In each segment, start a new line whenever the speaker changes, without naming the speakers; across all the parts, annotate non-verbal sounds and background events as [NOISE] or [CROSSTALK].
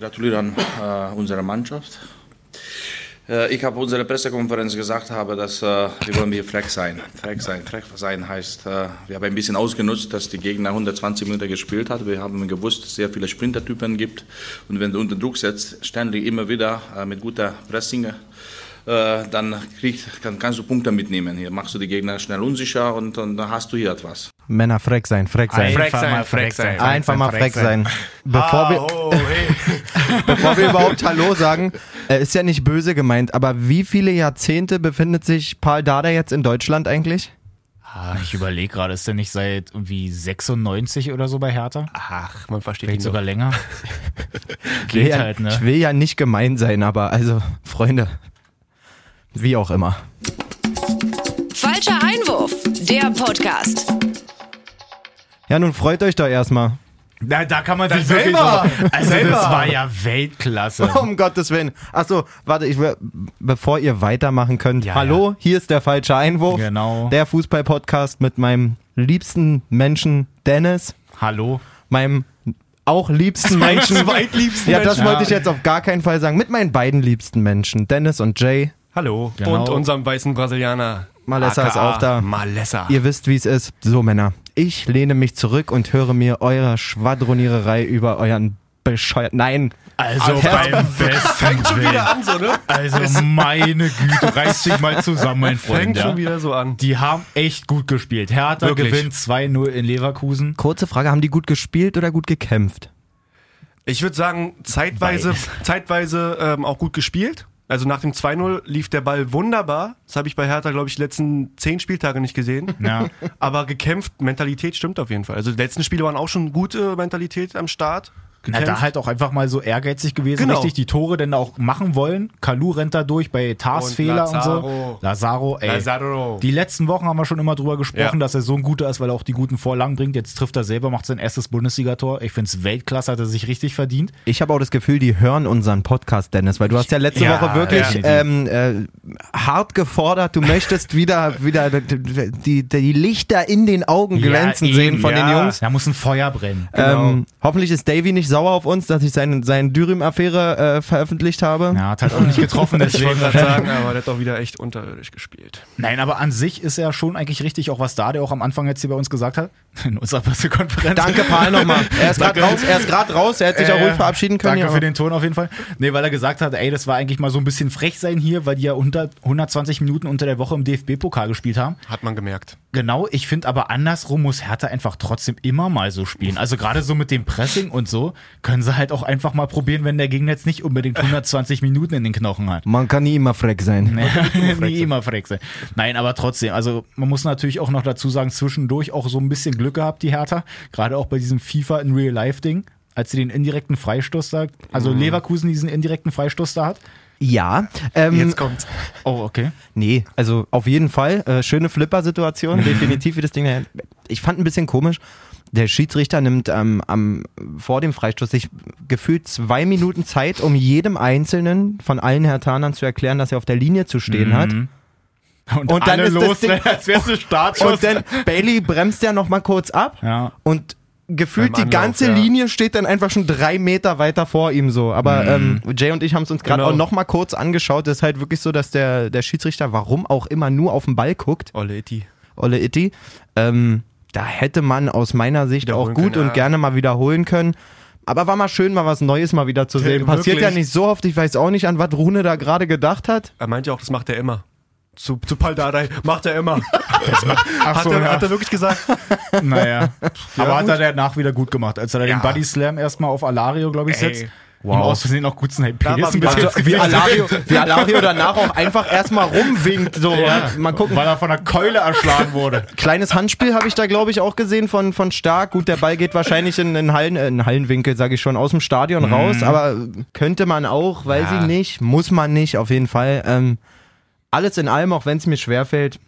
Gratuliere an äh, unsere Mannschaft. Äh, ich habe unsere Pressekonferenz gesagt, habe, dass äh, wir wollen hier frech sein. Frech sein, frech sein heißt, äh, wir haben ein bisschen ausgenutzt, dass die Gegner 120 Minuten gespielt hat. Wir haben gewusst, dass es sehr viele Sprintertypen gibt und wenn du unter Druck setzt, ständig immer wieder äh, mit guter Pressing. Äh, dann kriegst, kann, kannst du Punkte mitnehmen. Hier machst du die Gegner schnell unsicher und, und dann hast du hier etwas.
Männer freck sein, freck sein.
Einfach mal frech sein.
Einfach mal freck sein. Bevor wir,
Oh, hey.
bevor
[LAUGHS]
wir überhaupt Hallo sagen, äh, ist ja nicht böse gemeint, aber wie viele Jahrzehnte befindet sich Paul Dada jetzt in Deutschland eigentlich?
[LAUGHS] Ah, ich überlege gerade, ist der nicht seit irgendwie 96 oder so bei Hertha?
Ach, man versteht
Vielleicht
ihn
sogar
doch.
länger.
Ich will
Geht
ja-
halt,
Ich
ne?
will ja nicht gemein sein, aber also, Freunde, wie auch immer.
Falscher Einwurf, der Podcast.
Ja, nun freut euch doch erstmal. [LAUGHS]
Da, da kann man sich
Selber!
wirklich drüber- Also
Selber!
das war ja Weltklasse.
Um Gottes Willen. Achso, warte, ich will, bevor ihr weitermachen könnt.
Ja,
hallo, hier ist der falsche Einwurf.
Genau.
Der Fußball-Podcast mit meinem liebsten Menschen Dennis,
Hallo.
meinem auch liebsten Menschen.
[LAUGHS]
Zweitliebsten
ja, das
Menschen.
wollte ich jetzt auf gar keinen Fall sagen. Mit meinen beiden liebsten Menschen, Dennis und Jay.
Hallo.
Genau.
Und unserem weißen Brasilianer.
Malessa
aka
ist auch da.
Malessa.
Ihr wisst, wie es ist. So, Männer, ich lehne mich zurück und höre mir eure Schwadroniererei über euren bescheuert. Nein,
Also beim besten Willen.
an, so, ne?
Also meine Güte, reiß dich mal zusammen, mein Freund.
Fängt
Ja.
schon wieder so an.
Die haben echt gut gespielt. Hertha
Wirklich.
gewinnt 2-0 in Leverkusen.
kurze Frage: Haben die gut gespielt oder gut gekämpft?
Ich würde sagen, zeitweise, zeitweise ähm, auch gut gespielt. Also nach dem 2-0 lief der Ball wunderbar. Das habe ich bei Hertha, glaube ich, die letzten zehn Spieltage nicht gesehen.
[LAUGHS] Ja.
Aber gekämpft, Mentalität stimmt auf jeden Fall. Also die letzten Spiele waren auch schon gute äh, Mentalität am Start.
Na,
Gekämpft.
da halt auch einfach mal so ehrgeizig gewesen,
Genau.
richtig die Tore denn auch machen wollen. Kalu rennt da durch bei Tars
Und
Fehler und so.
Lazaro.
Lazaro, ey.
Lazaro.
Die letzten Wochen haben wir schon immer drüber gesprochen,
Ja.
dass er so ein guter ist, weil er auch die guten Vorlagen bringt. Jetzt trifft er selber, macht sein erstes Bundesligator. Ich finde es Weltklasse, hat er sich richtig verdient.
Ich habe auch das Gefühl, die hören unseren Podcast, Dennis, weil du hast ja letzte
Ja,
Woche wirklich
definitiv.
ähm, äh, hart gefordert, du möchtest wieder, wieder die, die Lichter in den Augen glänzen
Ja,
sehen
eben,
von den
ja.
Jungs.
Da muss ein Feuer brennen.
Ähm, hoffentlich ist Davy nicht sauer auf uns, dass ich seine, seine Dürüm-Affäre äh, veröffentlicht habe.
Ja, hat halt auch nicht
[LAUGHS]
getroffen,
Ich wollte
deswegen. [LAUGHS]
gerade sagen, aber der hat auch wieder echt unterirdisch gespielt.
Nein, aber an sich ist ja schon eigentlich richtig, auch was da, der auch am Anfang jetzt hier bei uns gesagt hat, [LAUGHS] in unserer Pressekonferenz.
Danke, Paul,
[LAUGHS]
nochmal. Er ist gerade raus, er ist gerade raus, er hätte sich auch
Äh,
ruhig verabschieden können.
Danke
ja,
für
aber-
den Ton auf jeden Fall. Nee, weil er gesagt hat, ey, das war eigentlich mal so ein bisschen frech sein hier, weil die ja unter 120 Minuten unter der Woche im DFB-Pokal gespielt haben.
Hat man gemerkt.
Genau, ich finde aber andersrum muss Hertha einfach trotzdem immer mal so spielen. Also gerade so mit dem Pressing und so können sie halt auch einfach mal probieren, wenn der Gegner jetzt nicht
[LAUGHS]
unbedingt 120 Minuten in den Knochen hat.
Man kann nie immer freck sein.
[LAUGHS] Nie immer Frexe. Nein, aber trotzdem, also man muss natürlich auch noch dazu sagen, zwischendurch auch so ein bisschen Glück gehabt, die Hertha. Gerade auch bei diesem FIFA in Real Life Ding, als sie den indirekten Freistoß da, also Leverkusen diesen indirekten Freistoß da hat.
Ja, ähm,
Jetzt kommt's.
Oh, okay.
nee, also auf jeden Fall, äh, schöne
[LAUGHS]
Flipper-Situation, definitiv, wie das Ding, da- ich fand ein bisschen komisch, der Schiedsrichter nimmt ähm, am, vor dem Freistoß sich gefühlt zwei Minuten Zeit, um jedem Einzelnen von allen Hertanern zu erklären, dass er auf der Linie zu stehen hat.
Mhm.
Und dann
alle
ist das
los,
Ding-
[LAUGHS] als wär's ein Startschuss.
Und dann Bailey bremst ja nochmal kurz ab
Ja.
und gefühlt
Beim
die ganze
Anlauf, ja.
Linie steht dann einfach schon drei Meter weiter vor ihm so. Aber ähm, Jay und ich haben es uns gerade
Mhm. Genau.
auch nochmal kurz angeschaut. Das ist halt wirklich so, dass der, der Schiedsrichter, warum auch immer, nur auf den Ball guckt,
Olle Itti.
Olle Itti. Ähm, da hätte man aus meiner Sicht auch
Wiederholen
gut
können,
und
ja.
gerne mal wiederholen können. Aber war mal schön, mal was Neues mal wieder zu
Ja,
sehen. Passiert ja
wirklich.
nicht so oft. Ich weiß auch nicht, an was Rune da gerade gedacht hat.
Er meint ja auch, das macht er immer. Zu, zu Paldadei macht er immer.
[LAUGHS] Ach
Hat,
so,
er,
ja.
hat er wirklich gesagt?
Naja. Aber hat
gut.
er danach wieder gut gemacht, als er da den
Ja.
Buddy Slam erstmal auf Alario, glaube ich,
Ey.
setzt. Wow. Ihm aus Versehen noch gut seinen
war
Penis ein
wieder-
bisschen
Also,
Wie
gewesen.
Alario, wie Alario danach auch einfach erstmal rumwinkt. So. Mal gucken,
Weil er von einer Keule erschlagen wurde.
Kleines Handspiel habe ich da, glaube ich, auch gesehen von, von Stark. Gut, der Ball geht wahrscheinlich in den Hallen, äh, in den Hallenwinkel, sage ich schon, aus dem Stadion
Mhm.
raus. Aber könnte man auch, weiß ich nicht, muss man nicht, auf jeden Fall. Ähm, alles in allem, auch wenn es mir schwerfällt,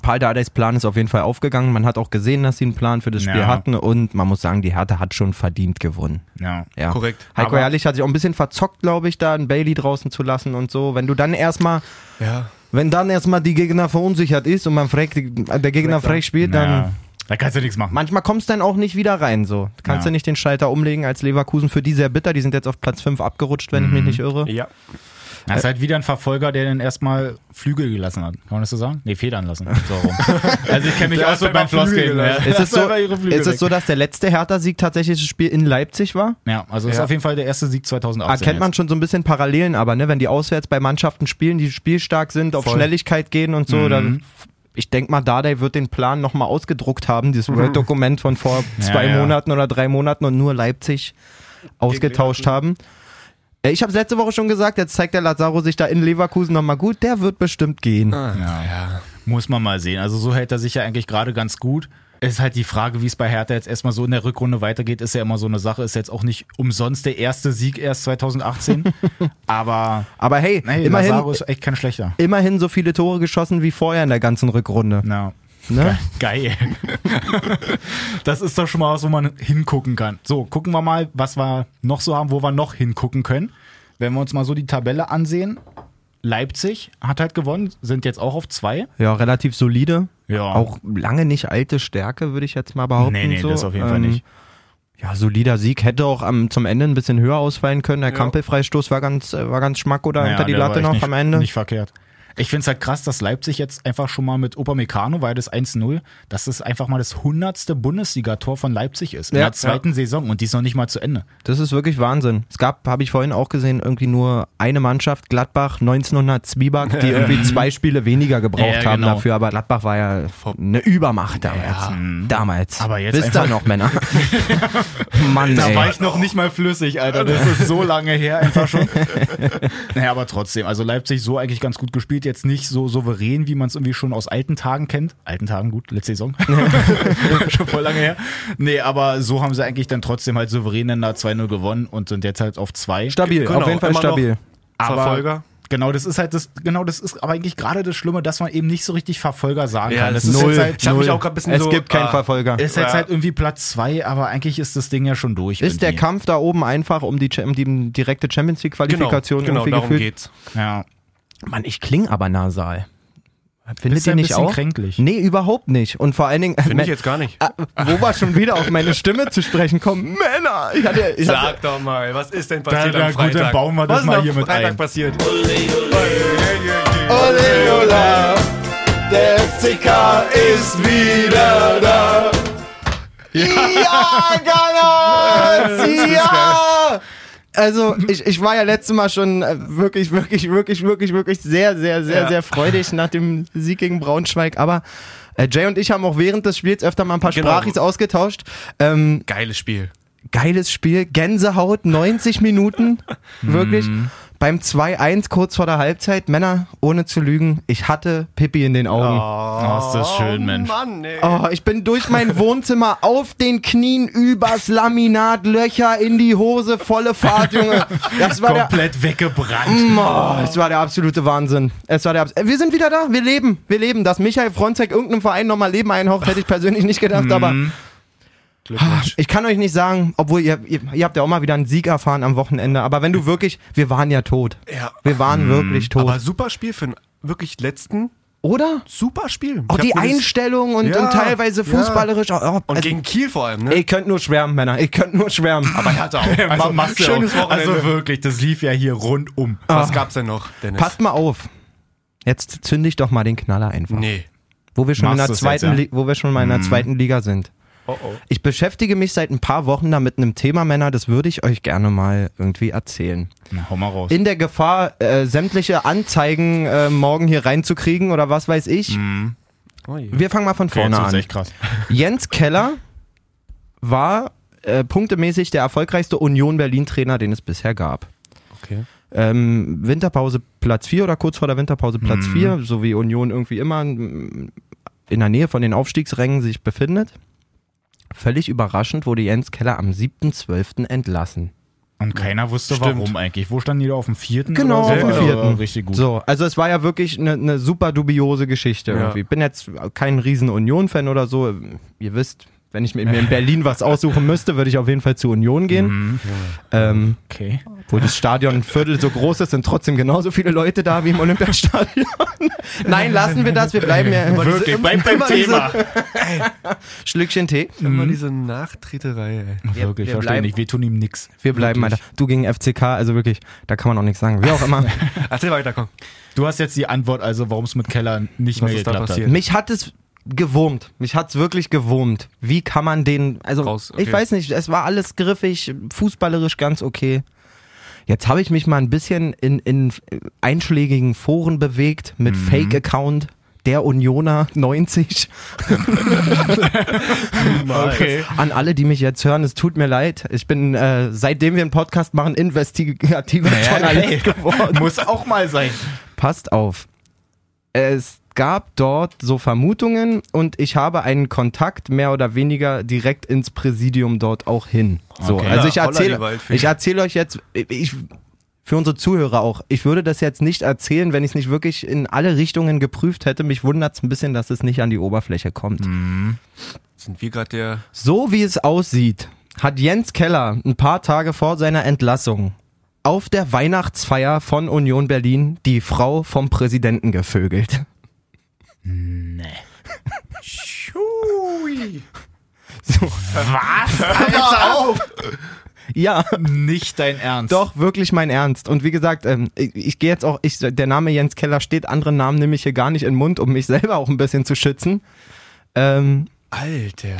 Paul Dardais Plan ist auf jeden Fall aufgegangen. Man hat auch gesehen, dass sie einen Plan für das Spiel
Ja.
hatten. Und man muss sagen, die Hertha hat schon verdient gewonnen.
Ja.
Ja.
Korrekt.
Heiko
Aber-
Ehrlich hat sich auch ein bisschen verzockt, glaube ich, da einen Bailey draußen zu lassen und so. Wenn du dann erstmal
Ja.
wenn dann erstmal die Gegner verunsichert ist und man fragt, der Gegner frech spielt, dann
Ja. Da kannst du nichts machen.
Manchmal kommst du dann auch nicht wieder rein, so. Kannst
Ja.
du nicht den Schalter umlegen als Leverkusen, für die sehr bitter. Die sind jetzt auf Platz 5 abgerutscht, wenn ich mich nicht irre.
Mhm. Ja.
Das ist
Äh.
halt wieder ein Verfolger, der dann erstmal Flügel gelassen hat. Kann man das so sagen? Nee, Federn lassen. So rum. Also
[LAUGHS]
ich kenne mich
Der
aus
hat
mit meinen
einfach Flügel
Floskeln. Ja.
gelassen.
Ist
[LAUGHS]
es,
Lass
so,
einfach ihre Flügel
ist es
weg.
so, dass der letzte Hertha-Sieg tatsächlich das Spiel in Leipzig war?
ja, also ist
Ja.
auf jeden Fall der erste Sieg 2018.
Erkennt Ah, man schon so ein bisschen Parallelen, aber ne, wenn die auswärts bei Mannschaften spielen, die spielstark sind, auf
Voll.
Schnelligkeit gehen und so,
Mhm.
dann ich denke mal, Dardai wird den Plan nochmal ausgedruckt haben, dieses Word-Dokument von vor zwei
Mhm. ja.
Monaten oder drei Monaten und nur Leipzig ausgetauscht haben. Äh, Ich habe letzte Woche schon gesagt, jetzt zeigt der Lazaro sich da in Leverkusen nochmal gut, der wird bestimmt gehen.
jetzt. Muss man mal sehen. Also so hält er sich ja eigentlich gerade ganz gut. Ist halt die Frage, wie es bei Hertha jetzt erstmal so in der Rückrunde weitergeht, ist ja immer so eine Sache. Ist jetzt auch nicht umsonst der erste Sieg erst 2018.
[LAUGHS]
Aber
Aber hey,
nee,
immerhin,
Lazaro ist echt kein schlechter.
immerhin so viele Tore geschossen wie vorher in der ganzen Rückrunde.
Na,
Ne?
Geil. das ist doch schon mal was, wo man hingucken kann. So, gucken wir mal, was wir noch so haben, wo wir noch hingucken können. Wenn wir uns mal so die Tabelle ansehen, Leipzig hat halt gewonnen, sind jetzt auch auf zwei.
Ja, relativ solide.
Ja.
Auch lange nicht alte Stärke, würde ich jetzt mal behaupten.
Nee, nee,
so. Ähm,
das auf jeden Fall nicht.
Ja, solider Sieg hätte auch am, zum Ende ein bisschen höher ausfallen können. Der Kampelfreistoß war ganz, äh, war ganz schmack oder unter die
der war
Latte
echt
noch
nicht,
am Ende.
Nicht verkehrt. Ich finde es halt krass, dass Leipzig jetzt einfach schon mal mit Upamecano, weil das 1-0, dass das einfach mal das hundertste Bundesligator von Leipzig ist. in
Ja,
der zweiten Saison und die ist noch nicht mal zu Ende.
Das ist wirklich Wahnsinn. Es gab, habe ich vorhin auch gesehen, irgendwie nur eine Mannschaft, Gladbach 1900 Zwieback, die
[LAUGHS]
irgendwie zwei Spiele weniger gebraucht
Ja,
haben
genau.
dafür. Aber Gladbach war ja eine Übermacht damals. Mhm. Damals.
Aber jetzt
Wisst ihr
einfach-
noch,
[LAUGHS]
Männer? Mann,
Da
ey.
war ich noch nicht mal flüssig, Alter. Das ist so lange her einfach schon. [LAUGHS] naja, aber trotzdem. Also Leipzig so eigentlich ganz gut gespielt. Jetzt nicht so souverän, wie man es irgendwie schon aus alten Tagen kennt. Alten Tagen, gut, letzte Saison. [LAUGHS] schon voll lange her. Nee, aber so haben sie eigentlich dann trotzdem halt souverän dann da 2-0 gewonnen und sind jetzt halt auf 2.
Stabil, auf
Genau,
jeden Fall
immer noch.
stabil.
Aber-
Verfolger.
Genau, das ist halt das, genau, das ist aber eigentlich gerade das Schlimme, dass man eben nicht so richtig Verfolger sagen kann. Das ist
null.
jetzt halt,
ich habe mich
Null.
auch gerade ein bisschen
es
so.
gibt keinen
ah,
Verfolger.
ist jetzt
Ja.
halt irgendwie Platz 2, aber eigentlich ist das Ding ja schon durch.
Ist der
irgendwie.
Kampf da oben einfach um die, Cha- um die direkte Champions League
Genau,
Qualifikation
genau
irgendwie
darum
gefühlt?
geht's.
Ja.
Mann, ich klinge aber nasal. Findet
Bist du
ihr
ein
nicht
bisschen
auch?
kränklich?
Nee, überhaupt nicht. Und vor allen Dingen,
Finde ich jetzt gar nicht.
Ah, wo wir schon wieder auf meine Stimme zu sprechen kommen. Männer! Ich hatte, ich hatte,
Sag doch mal, was ist denn passiert
Da- da-
am
gut, dann
Freitag?
bauen wir das
was
mal
ist
hier
am
mit
Freitag
ein.
passiert?
Ole, Ola, der FCK ist wieder da. Ja, Ganas! Ja! Also, ich, ich war ja letztes Mal schon äh, wirklich, wirklich, wirklich, wirklich, wirklich sehr, sehr, sehr,
Ja.
sehr freudig nach dem Sieg gegen Braunschweig. Aber äh, Jay und ich haben auch während des Spiels öfter mal ein paar
Genau.
Sprachis ausgetauscht. Ähm,
Geiles Spiel.
geiles Spiel, Gänsehaut, 90 Minuten, wirklich. Beim 2-1 kurz vor der Halbzeit, Männer, ohne zu lügen, ich hatte Pippi in den Augen.
Oh, ist das schön, Mensch.
Mann, ey.
Oh. ich bin durch
[LAUGHS]
mein Wohnzimmer auf den Knien übers Laminat, Löcher in die Hose, volle Fahrt, Junge. Das war der
Komplett weggebrannt.
Oh, es war der absolute Wahnsinn. Es war der Abs Wir sind wieder da, wir leben, wir leben. Dass Michael Fronzek irgendeinem Verein nochmal Leben einhaucht, hätte ich persönlich nicht gedacht, aber
Mhm. Glückwunsch.
ich kann euch nicht sagen, obwohl ihr, ihr, ihr habt ja auch mal wieder einen Sieg erfahren am Wochenende, aber wenn du wirklich, wir waren ja tot.
Ja.
Wir waren wirklich tot.
Mhm. Aber super Spiel für den wirklich letzten.
Oder?
Super
Oh,
Spiel.
Auch
Ich hab
die
mir das-
Einstellung und,
Ja,
und teilweise
ja.
fußballerisch. Oh, oh,
Und
also,
gegen Kiel vor allem, ne?
ihr könnt nur schwärmen, Männer. Ihr könnt nur schwärmen.
Aber
[LAUGHS]
Hertha auch.
Also, machst du
schönes
auch.
Wochenende.
Also wirklich, das lief ja hier rundum.
Ah.
was gab's denn noch, Dennis?
Passt mal auf. Jetzt zünd ich doch mal den Knaller einfach.
Nee.
Wo wir schon, in
Machst
der
du's
zweiten,
jetzt, ja? Mhm.
Li- wo wir schon mal in der zweiten Liga sind.
Oh oh.
Ich beschäftige mich seit ein paar Wochen da mit einem Thema, Männer. Das würde ich euch gerne mal irgendwie erzählen.
Na, hau mal raus.
in der Gefahr, äh, sämtliche Anzeigen äh, morgen hier reinzukriegen oder was weiß ich.
Mhm. Oh
Wir fangen mal von
Okay,
vorne
jetzt wird's
an.
echt krass.
Jens Keller war äh, punktemäßig der erfolgreichste Union Berlin-Trainer, den es bisher gab.
Okay.
Ähm, Winterpause Platz 4 oder kurz vor der Winterpause Platz 4, so wie Union irgendwie immer mm, in der Nähe von den Aufstiegsrängen sich befindet. Völlig überraschend wurde Jens Keller am 7.12. entlassen.
Und keiner wusste
Stimmt.
warum eigentlich. Wo standen die da auf dem vierten?
Genau,
oder
auf
so?
dem
Ja,
vierten.
Richtig gut.
So, also es war ja wirklich eine ne super dubiose Geschichte
Ja.
irgendwie. Bin jetzt kein riesen Union-Fan oder so. Ihr wisst, Wenn ich mir mir in Berlin was aussuchen müsste, würde ich auf jeden Fall zu Union gehen. Ähm,
Okay.
wo das Stadion ein Viertel so groß ist, sind trotzdem genauso viele Leute da wie im Olympiastadion. [LAUGHS] Nein, lassen wir das. Wir bleiben ja
Wirklich, bleib beim
immer diese-
Thema.
Schlückchen Tee.
Immer diese Nachtreterei, ey.
Wirklich,
wir
verstehe
bleiben-
nicht. Wir tun ihm nichts.
Wir bleiben weiter. Du gegen FCK, also wirklich, da kann man auch nichts sagen. Wie auch immer. [LAUGHS]
Erzähl weiter, komm.
Du hast jetzt die Antwort, also warum es mit Keller nicht
Was
mehr
ist da
geklappt
passiert?
hat.
Mich hat es gewurmt. Mich hat es wirklich gewurmt. Wie kann man den. Also,
Raus, okay.
ich weiß nicht, es war alles griffig, fußballerisch ganz okay. Jetzt habe ich mich mal ein bisschen in, in einschlägigen Foren bewegt mit
Mhm.
Fake-Account. Der Unioner 90.
Okay.
An alle, die mich jetzt hören, es tut mir leid. Ich bin, äh, seitdem wir einen Podcast machen, investigativer Journalist
ey.
geworden.
Muss auch mal sein.
Passt auf. Es gab dort so Vermutungen und ich habe einen Kontakt mehr oder weniger direkt ins Präsidium dort auch hin. So,
Okay.
also
Ja,
ich
holla die
erzähle
Waldfee.
ich erzähle euch jetzt ich für unsere Zuhörer auch. Ich würde das jetzt nicht erzählen, wenn ich es nicht wirklich in alle Richtungen geprüft hätte. Mich wundert es ein bisschen, dass es nicht an die Oberfläche
Mhm.
kommt.
Sind wir gerade der.
So wie es aussieht, hat Jens Keller ein paar Tage vor seiner Entlassung auf der Weihnachtsfeier von Union Berlin die Frau vom Präsidenten gevögelt. [LAUGHS]
Was?
Ja,
Nicht dein Ernst.
doch, wirklich mein Ernst. Und wie gesagt, ähm, ich, ich gehe jetzt auch, ich, der Name Jens Keller steht, andere Namen nehme ich hier gar nicht in den Mund, um mich [LAUGHS] selber auch ein bisschen zu schützen. Ähm,
Alter.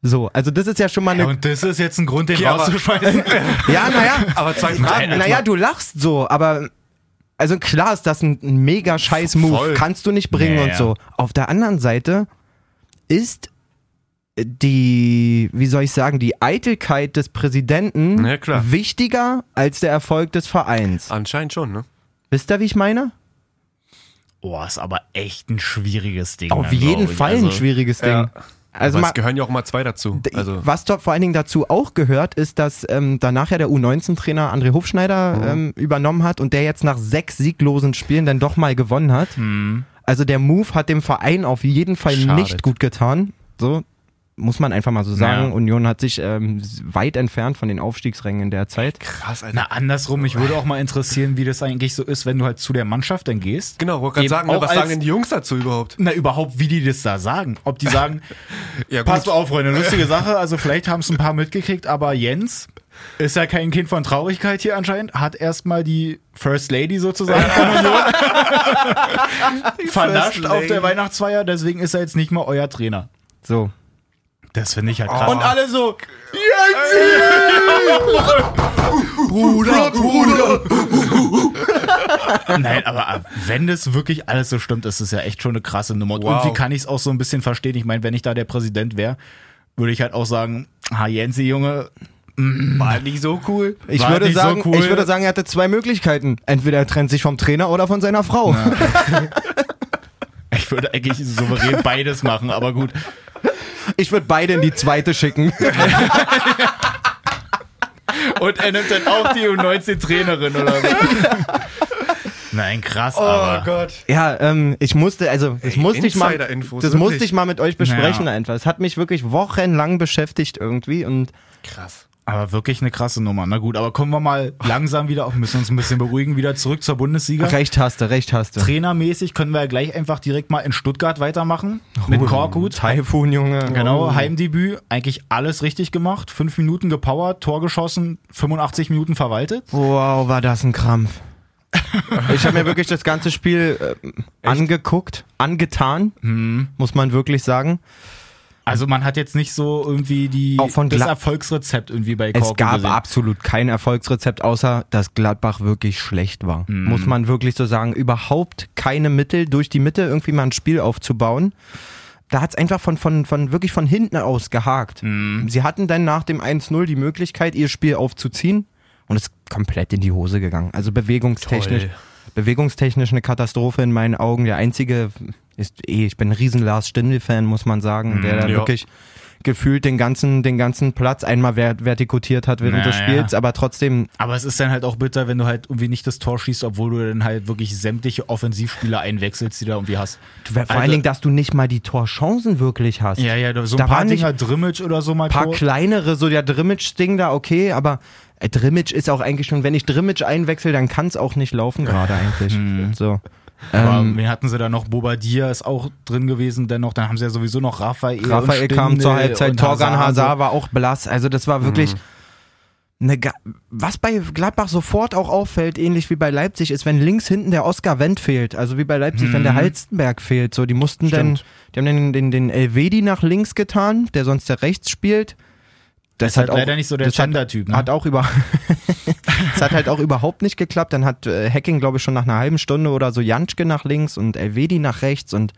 so, also das ist ja schon mal
Ja,
eine.
Und das ist jetzt ein Grund, den
Okay, aber-
rauszuschmeißen.
[LAUGHS] Ja, naja,
[LAUGHS] Aber zwei Fragen.
Naja, du lachst so, aber. Also klar ist das ein, ein mega scheiß Move.
Voll.
Kannst du nicht bringen
Naja.
und so. Auf der anderen Seite ist die, wie soll ich sagen, die Eitelkeit des Präsidenten
Na klar.
wichtiger als der Erfolg des Vereins.
Anscheinend schon, ne?
Wisst ihr, wie ich meine?
Boah, ist aber echt ein schwieriges Ding.
Auf
dann,
jeden
glaub ich.
Fall ein
Also,
schwieriges Ding.
Ja.
Also
Aber
mal,
es gehören ja auch mal zwei dazu.
D-
Also,
Was dort vor allen Dingen dazu auch gehört, ist, dass ähm, danach ja der U19-Trainer André Hofschneider
Mhm.
ähm, übernommen hat und der jetzt nach sechs sieglosen Spielen dann doch mal gewonnen hat. Also der Move hat dem Verein auf jeden Fall
Mhm. Schadet.
nicht gut getan. So muss man einfach mal so sagen.
Ja.
Union hat sich ähm, weit entfernt von den Aufstiegsrängen in der Zeit.
krass, Alter.
Na, andersrum, mich würde auch mal interessieren, wie das eigentlich so ist, wenn du halt zu der Mannschaft dann gehst.
Genau, wollte gerade
Eben
sagen, ne,
auch
was
als-
sagen denn die Jungs dazu überhaupt?
Na, überhaupt, wie die das da sagen. Ob die
[LAUGHS]
sagen,
Ja,
passt auf, Freunde, [LAUGHS] lustige Sache. Also, vielleicht haben es ein paar mitgekriegt, aber Jens ist ja kein Kind von Traurigkeit hier anscheinend. Hat erstmal die First Lady
[LAUGHS]
sozusagen von Union vernascht
First
auf der
Lady.
Weihnachtsfeier. Deswegen ist er jetzt nicht mal euer Trainer.
So.
Das finde ich halt krass.
Und alle
so,
[LAUGHS] Bruder, Bruder!
[LAUGHS] Nein, aber äh, wenn das wirklich alles so stimmt, ist es ja echt schon eine krasse Nummer. Und
Wow.
irgendwie kann ich es auch so ein bisschen verstehen. Ich meine, wenn ich da der Präsident wäre, würde ich halt auch sagen, ha Jensi, Junge, mm,
War nicht so cool.
Ich
War
würde,
nicht so
sagen,
cool.
ich würde sagen, er hatte zwei Möglichkeiten. Entweder er trennt sich vom Trainer oder von seiner Frau.
ich würde eigentlich souverän beides machen, aber gut.
[LAUGHS] Ich würde beide in die zweite schicken.
Und er nimmt dann auch die U19-Trainerin oder
[LAUGHS]
so. Nein,
Oh
krass, aber.
Gott.
Ja, ähm, ich musste, also das
Ey,
musste ich mal, das
Insider-Infos,
musste
wirklich.
ich mal mit euch besprechen
Ja.
einfach. Es hat mich wirklich wochenlang beschäftigt irgendwie und
Krass.
Aber wirklich eine krasse Nummer. Na gut, aber kommen wir mal langsam wieder, auch müssen uns ein bisschen beruhigen, wieder zurück zur Bundesliga.
recht hast du, recht hast du.
Trainermäßig können wir ja gleich einfach direkt mal in Stuttgart weitermachen. Mit Korkut.
Taifun, Junge. Oh.
Genau, Heimdebüt, eigentlich alles richtig gemacht. Fünf Minuten gepowert, Tor geschossen, 85 Minuten verwaltet.
Wow, war das ein
[LAUGHS]
Krampf. Ich habe mir wirklich das ganze Spiel äh, angeguckt, angetan,
Mhm.
muss man wirklich sagen.
Also man hat jetzt nicht so irgendwie die,
Auch von
das
Gla-
Erfolgsrezept irgendwie bei
Es
Korkut
gab
gesehen.
absolut kein Erfolgsrezept, außer dass Gladbach wirklich schlecht war. Muss man wirklich so sagen. Überhaupt keine Mittel, durch die Mitte irgendwie mal ein Spiel aufzubauen. Da hat es einfach von, von, von wirklich von hinten aus gehakt. Sie hatten dann nach dem 1-0 die Möglichkeit, ihr Spiel aufzuziehen und ist komplett in die Hose gegangen. Also bewegungstechnisch.
Toll.
Bewegungstechnisch eine Katastrophe in meinen
Mhm,
Augen. Der einzige ist eh, ich bin ein riesen Lars Stindl-Fan, muss man sagen, der da
ja.
wirklich gefühlt den ganzen, den ganzen Platz einmal ver vertikutiert hat während des
Naja.
Spiels, aber trotzdem,
Aber es ist dann halt auch bitter, wenn du halt irgendwie nicht das Tor schießt, obwohl du dann halt wirklich sämtliche Offensivspieler einwechselst, die du da irgendwie hast.
vor allen Dingen, dass du nicht mal die Torchancen wirklich hast.
Also Ja, ja, so ein
Da
paar
waren nicht-
Dinger, Drimmitsch oder so mal
paar
kurz.
kleinere, so der Drimmitsch-Ding da, okay, aber äh, Drimmitsch ist auch eigentlich schon, wenn ich Drimmitsch einwechsel, dann kann es auch nicht laufen gerade eigentlich.
Mhm.
So.
Aber
Ähm,
wen hatten sie da noch? Bobadilla ist auch drin gewesen, dennoch. Dann haben sie ja sowieso noch Raphael.
Raphael
und
kam
Stindl
zur Halbzeit,
und
Torgan Hazard war auch blass. Also das war wirklich
Mhm.
eine Ga was bei Gladbach sofort auch auffällt, ähnlich wie bei Leipzig, ist, wenn links hinten der Oscar Wendt fehlt, also wie bei Leipzig, wenn der Halstenberg fehlt, so die mussten dann,
Mhm. Stimmt.
die haben den, den, den Elvedi nach links getan, der sonst der rechts spielt. Das
Ist halt leider nicht so der
das hat-
Gender-Typ, ne?
Hat auch [LAUGHS] über Es hat halt auch überhaupt nicht geklappt. Dann hat äh, Hacking, glaube ich, schon nach einer halben Stunde oder so Janschke nach links und Elvedi nach rechts. Und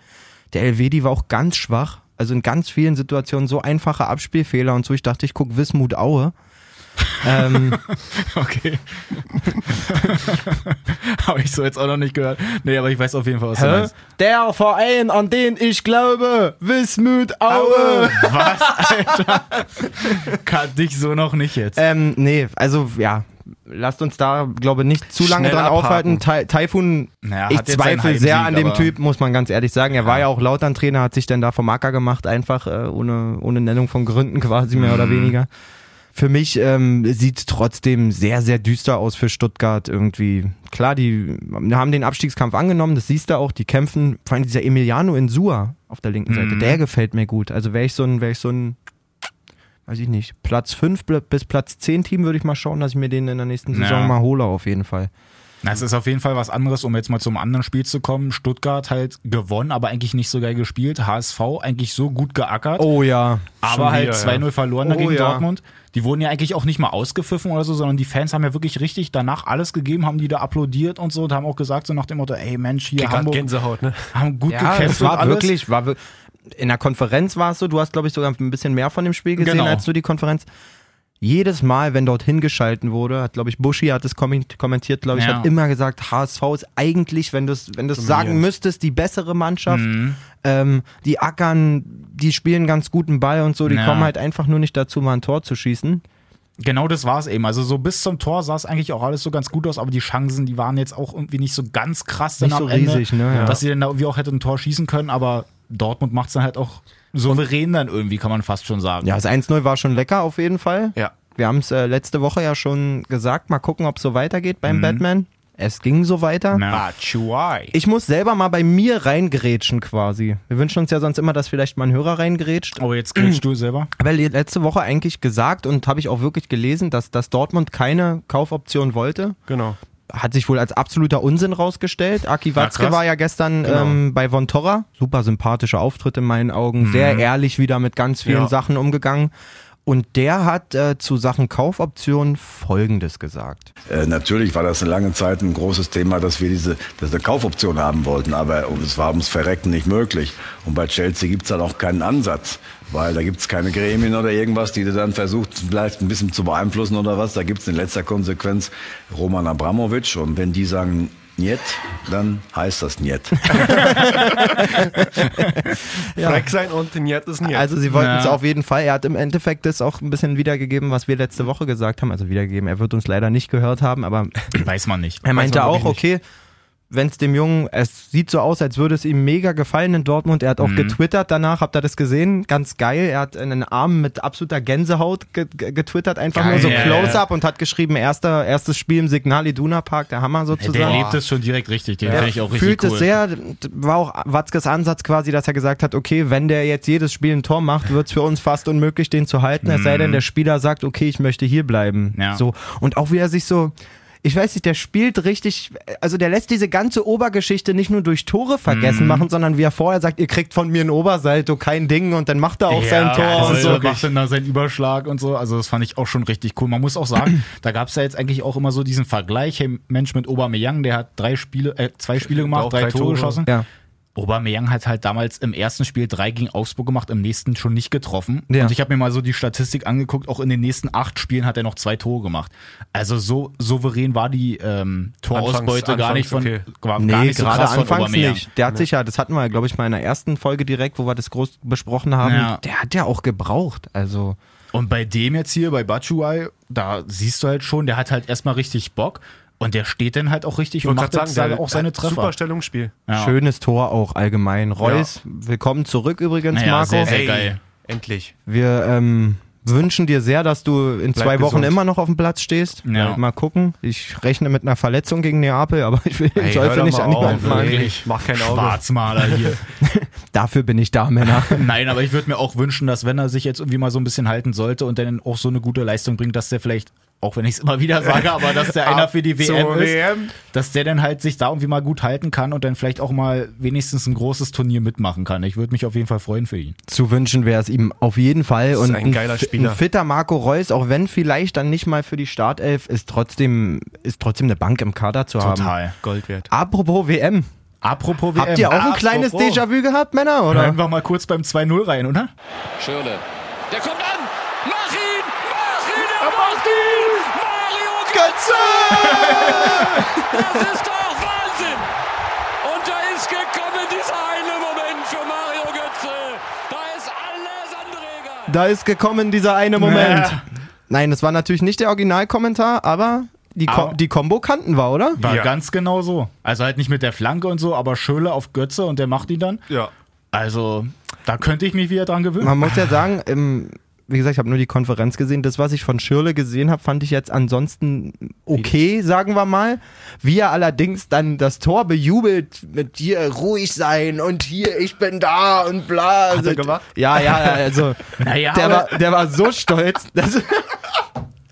der Elvedi war auch ganz schwach. Also in ganz vielen Situationen so einfache Abspielfehler und so. Ich dachte, ich gucke Wismut Aue. ähm, [LAUGHS]
Okay. [LAUGHS] Habe ich so jetzt auch noch nicht gehört. Nee, aber ich weiß auf jeden Fall, was du meinst.
der Verein, an den ich glaube, Wismut
Was, Alter? [LAUGHS] Kann dich so noch nicht jetzt.
Ähm, nee, also ja. Lasst uns da, glaube ich, nicht zu lange
Schnell
dran
abhaken.
aufhalten. Tai- Taifun,
Naja,
ich
hat jetzt seinen
zweifle sehr an
Heimsieg,
dem
aber-
Typ, muss man ganz ehrlich sagen. Er war ja auch Lautern-Trainer, hat sich dann da vom Acker gemacht, einfach äh, ohne, ohne Nennung von Gründen quasi, mehr
Mhm.
oder weniger. Für mich ähm, sieht trotzdem sehr, sehr düster aus für Stuttgart irgendwie. Klar, die haben den Abstiegskampf angenommen, das siehst du auch, die kämpfen. Vor allem dieser Emiliano Insua auf der linken Seite, der gefällt mir gut. Also wäre ich so ein, wäre ich so ein, weiß ich nicht, Platz 5 bis Platz 10 Team würde ich mal schauen, dass ich mir den in der nächsten
Ja.
Saison mal hole auf jeden Fall.
Na, es ist auf jeden Fall was anderes, um jetzt mal zum anderen Spiel zu kommen. Stuttgart halt gewonnen, aber eigentlich nicht so geil gespielt. HSV eigentlich so gut geackert.
Oh ja.
Aber
Schon
halt
wieder,
2-0 verloren
Oh,
dagegen
ja.
Dortmund. Die wurden ja eigentlich auch nicht mal ausgepfiffen oder so, sondern die Fans haben ja wirklich richtig danach alles gegeben, haben die da applaudiert und so und haben auch gesagt, so nach dem Motto, ey Mensch, hier
Gerade
Hamburg,
Gänsehaut, ne?
haben gut
Ja,
gekämpft
es war
und alles.
wirklich, war wir- in der Konferenz war es so, du hast glaube ich sogar ein bisschen mehr von dem Spiel gesehen
Genau.
als du die Konferenz. Jedes Mal, wenn dort hingeschalten wurde, hat glaube ich Buschi hat es komment- kommentiert, glaube ich,
Ja.
hat immer gesagt, HSV ist eigentlich, wenn du es wenn du's sagen müsstest, die bessere Mannschaft.
Mhm.
Ähm, die ackern, die spielen ganz guten Ball und so, die
Ja.
kommen halt einfach nur nicht dazu, mal ein Tor zu schießen.
Genau das war es eben. Also so bis zum Tor sah es eigentlich auch alles so ganz gut aus, aber die Chancen, die waren jetzt auch irgendwie nicht so ganz krass dann
Nicht
am
so
Ende,
riesig, ne, ja.
dass sie dann da irgendwie auch hätten ein Tor schießen können, aber Dortmund macht es dann halt auch souverän dann irgendwie, kann man fast schon sagen.
Ja, das 1-0 war schon lecker auf jeden Fall.
Ja.
Wir haben es äh, letzte Woche ja schon gesagt, mal gucken, ob es so weitergeht
Mhm.
beim Batman. Es ging so weiter.
Na.
Ich muss selber mal bei mir reingrätschen quasi. Wir wünschen uns ja sonst immer, dass vielleicht mal ein Hörer reingrätscht.
Aber Oh, jetzt kriegst du selber.
Aber le- letzte Woche eigentlich gesagt und habe ich auch wirklich gelesen, dass, dass Dortmund keine Kaufoption wollte.
Genau.
Hat sich wohl als absoluter Unsinn rausgestellt. Aki Watzke
krass.
war ja gestern ähm, bei Von Torra. Super sympathischer Auftritt in meinen Augen. Sehr ehrlich wieder mit ganz vielen
Ja.
Sachen umgegangen. Und der hat äh, zu Sachen Kaufoption Folgendes gesagt.
Äh, natürlich war das eine lange Zeit ein großes Thema, dass wir diese dass wir Kaufoption haben wollten, aber es war ums Verrecken nicht möglich. Und bei Chelsea gibt's dann auch keinen Ansatz, weil da gibt's keine Gremien oder irgendwas, die du dann versucht vielleicht ein bisschen zu beeinflussen oder was. Da gibt's in letzter Konsequenz Roman Abramowitsch und wenn die sagen Niet, dann heißt das Niet.
Freck sein und den Jet ist ein Jet.
Also sie wollten es
Ja.
auf jeden Fall. Er hat im Endeffekt das auch ein bisschen wiedergegeben, was wir letzte Woche gesagt haben. Also wiedergegeben, er wird uns leider nicht gehört haben, aber
Weiß man nicht.
[LAUGHS] er meinte
Weiß man
auch,
wirklich
okay, wenn es dem Jungen, es sieht so aus, als würde es ihm mega gefallen in Dortmund. Er hat
Mhm.
auch getwittert danach, habt ihr das gesehen? Ganz geil. Er hat einen Arm mit absoluter Gänsehaut ge- ge- getwittert, einfach nur so
Geil.
Close-Up und hat geschrieben, erster, erstes Spiel im Signal Iduna Park, der Hammer
nicht.
sozusagen.
Der lebt es schon direkt richtig, den finde ich auch richtig
Fühlt
cool.
es sehr, war auch Watzkes Ansatz quasi, dass er gesagt hat, okay, wenn der jetzt jedes Spiel ein Tor macht, wird es für uns fast unmöglich, den zu halten, es sei denn, der Spieler sagt, okay, ich möchte hier bleiben.
Mhm. Ja.
So. Und auch wie er sich so, ich weiß nicht, der spielt richtig, also der lässt diese ganze Obergeschichte nicht nur durch Tore vergessen
Mhm.
machen, sondern wie er vorher sagt, ihr kriegt von mir ein Obersalto, kein Ding und dann macht er auch sein Tor und
also
so.
macht dann da seinen Überschlag und so. Also das fand ich auch schon richtig cool. Man muss
[CLEARS THROAT]
auch sagen, da gab es ja jetzt eigentlich auch immer so diesen Vergleich. Hey, Mensch mit Aubameyang, der hat drei Spiele, äh, zwei Spiele gemacht,
Auch
drei,
drei
Tore
Tore.
geschossen.
Ja.
Aubameyang hat halt damals im ersten Spiel drei gegen Augsburg gemacht, im nächsten schon nicht getroffen.
Ja.
Und ich habe mir mal so die Statistik angeguckt, auch in den nächsten acht Spielen hat er noch zwei Tore gemacht. Also so souverän war die ähm, Torausbeute
Anfangs-
gar nicht von
anfangs
war gar
Nee,
nicht so
gerade
krass von
anfangs
Aubameyang. Ne.
nicht. Der hat sich ja, das hatten wir, glaube ich, mal in der ersten Folge direkt, wo wir das groß besprochen haben,
Ja.
der hat ja auch gebraucht. Also,
Und bei dem jetzt hier, bei Batshuayi, da siehst du halt schon, der hat halt erstmal richtig Bock und der steht dann halt auch richtig und macht jetzt dann auch seine Treffer.
Super Stellungsspiel.
Ja.
schönes Tor auch allgemein. Reus, willkommen zurück übrigens,
Naja,
Marco.
sehr, sehr
Ey,
geil.
Endlich.
Wir ähm, wünschen dir sehr, dass du in zwei Wochen
gesund.
immer noch auf dem Platz stehst.
Ja.
Mal gucken. Ich rechne mit einer Verletzung gegen Neapel, aber ich will den
Ey, hör
Teufel
doch
nicht
mal
an die
auf,
Wand machen.
ey.
Wirklich.
Mach kein Auge.
Schwarzmaler
[LAUGHS]
hier.
Dafür bin ich da, Männer.
[LAUGHS] Nein, aber ich würde mir auch wünschen, dass wenn er sich jetzt irgendwie mal so ein bisschen halten sollte und dann auch so eine gute Leistung bringt, dass der vielleicht, auch wenn ich es immer wieder sage, aber dass
[LAUGHS]
der einer für die
Zur
WM ist,
WM.
dass der dann halt sich da irgendwie mal gut halten kann und dann vielleicht auch mal wenigstens ein großes Turnier mitmachen kann. Ich würde mich auf jeden Fall freuen für ihn.
Zu wünschen wäre es ihm auf jeden Fall.
ist
Und
ein geiler
fi-
Spieler.
ein fitter Marco Reus, auch wenn vielleicht dann nicht mal für die Startelf, ist trotzdem, ist trotzdem eine Bank im Kader zu haben.
Gold wert.
Apropos WM.
Ähm, Apropos WM.
Habt ihr auch ein
Apropos.
kleines Déjà-vu gehabt, Männer? Oder?
Hören wir mal kurz beim 2-0 rein, oder?
Schürle. Der kommt an. Mach ihn! Mach ihn! Er macht ihn! Mario Götze! Das ist doch Wahnsinn! Und da ist gekommen dieser eine Moment für Mario Götze. Da ist alles andere egal.
Da ist gekommen dieser eine Moment.
Ja.
Nein, das war natürlich nicht der Originalkommentar, aber die, Ko
Aber-
die Kombo kannten wir, oder?
War
Ja.
ganz genau so. Also halt nicht mit der Flanke und so, aber Schöle auf Götze und der macht ihn dann.
Ja.
Also, da könnte ich mich wieder dran gewöhnen.
Man muss ja sagen, ähm, wie gesagt, ich habe nur die Konferenz gesehen. Das, was ich von Schirle gesehen habe, fand ich jetzt ansonsten okay, sagen wir mal. Wie er allerdings dann das Tor bejubelt mit hier ruhig sein und hier ich bin da und bla. Hat
er gemacht?
Ja, ja, also
Naja,
der,
aber-
war, der war so stolz. Dass,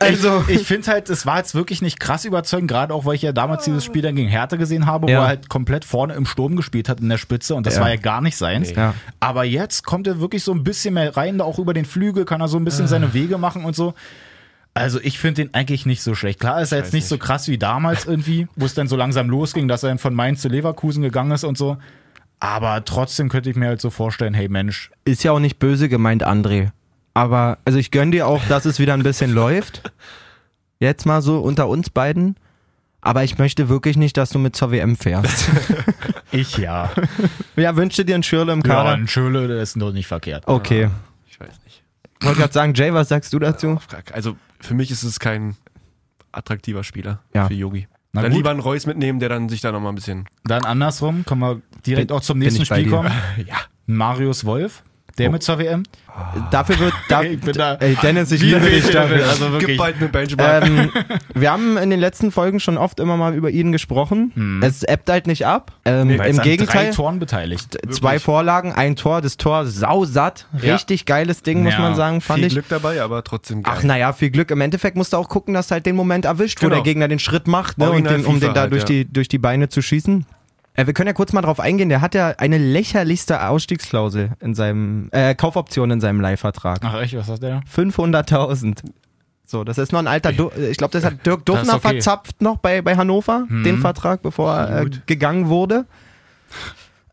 also
ich, ich finde halt, es war jetzt wirklich nicht krass überzeugend, gerade auch, weil ich ja damals dieses Spiel dann gegen Hertha gesehen habe,
Ja.
wo er halt komplett vorne im Sturm gespielt hat in der Spitze und das war ja gar nicht seins.
Ja.
Aber jetzt kommt er wirklich so ein bisschen mehr rein, da auch über den Flügel kann er so ein bisschen seine Wege machen und so. Also ich finde den eigentlich nicht so schlecht. Klar ist er jetzt nicht so krass wie damals irgendwie, wo es dann so langsam losging, dass er dann von Mainz zu Leverkusen gegangen ist und so. Aber trotzdem könnte ich mir halt so vorstellen, hey Mensch,
ist ja auch nicht böse gemeint, André. Aber, also ich gönne dir auch, dass es wieder ein bisschen läuft. Jetzt mal so unter uns beiden. Aber ich möchte wirklich nicht, dass du mit zur WM fährst.
ich ja.
[LAUGHS] ja, wünsche dir einen Schirle im [LAUGHS]
ja,
Kader.
ein Schöle, der ist doch nicht verkehrt.
okay.
Ich weiß nicht.
Ich wollte gerade sagen, Jay, was sagst du dazu?
Auf gar ke- Also für mich ist es kein attraktiver Spieler
Ja.
für Yogi.
Na
dann
gut.
lieber einen Reus mitnehmen, der dann sich da nochmal ein bisschen.
Dann andersrum, können wir direkt
Bin-
auch zum
bin
nächsten
ich bei
Spiel
dir. [LAUGHS] Oh.
kommen.
Ja.
Marius Wolf, der mit zur WM.
Dafür wird. Da,
[LAUGHS] Ich bin da-
ey, Dennis, ich
Wie
liebe dich
wichtig der
dafür.
will, also wirklich.
Gib bald eine Benchmark.
Ähm,
[LAUGHS]
wir haben in den letzten Folgen schon oft immer mal über ihn gesprochen.
Hm.
Es ebbt halt nicht ab. Ähm,
Er
Im
ist an drei
Gegenteil. Äh,
Toren beteiligt.
Zwei Vorlagen, ein Tor, das Tor sausatt.
Ja.
Richtig geiles Ding, muss
Ja.
man sagen, fand
Viel
ich.
Glück dabei, aber trotzdem geil.
Ach naja, viel Glück. Im Endeffekt musst du auch gucken, dass du halt den Moment erwischt, wo
Genau.
der Gegner den Schritt macht, ne, und
Original
den, um
FIFA
den da
halt,
durch,
ja.
die, durch die Beine zu schießen. Äh, wir können ja kurz mal drauf eingehen, der hat ja eine lächerlichste Ausstiegsklausel in seinem, äh, Kaufoption in seinem Leihvertrag.
Ach echt, was hat der?
500.000. So, das ist noch ein alter, du äh, ich glaube, das hat Dirk
Das ist
Duffner
okay. Mhm.
verzapft noch bei, bei Hannover, den Vertrag, bevor er äh, gegangen wurde.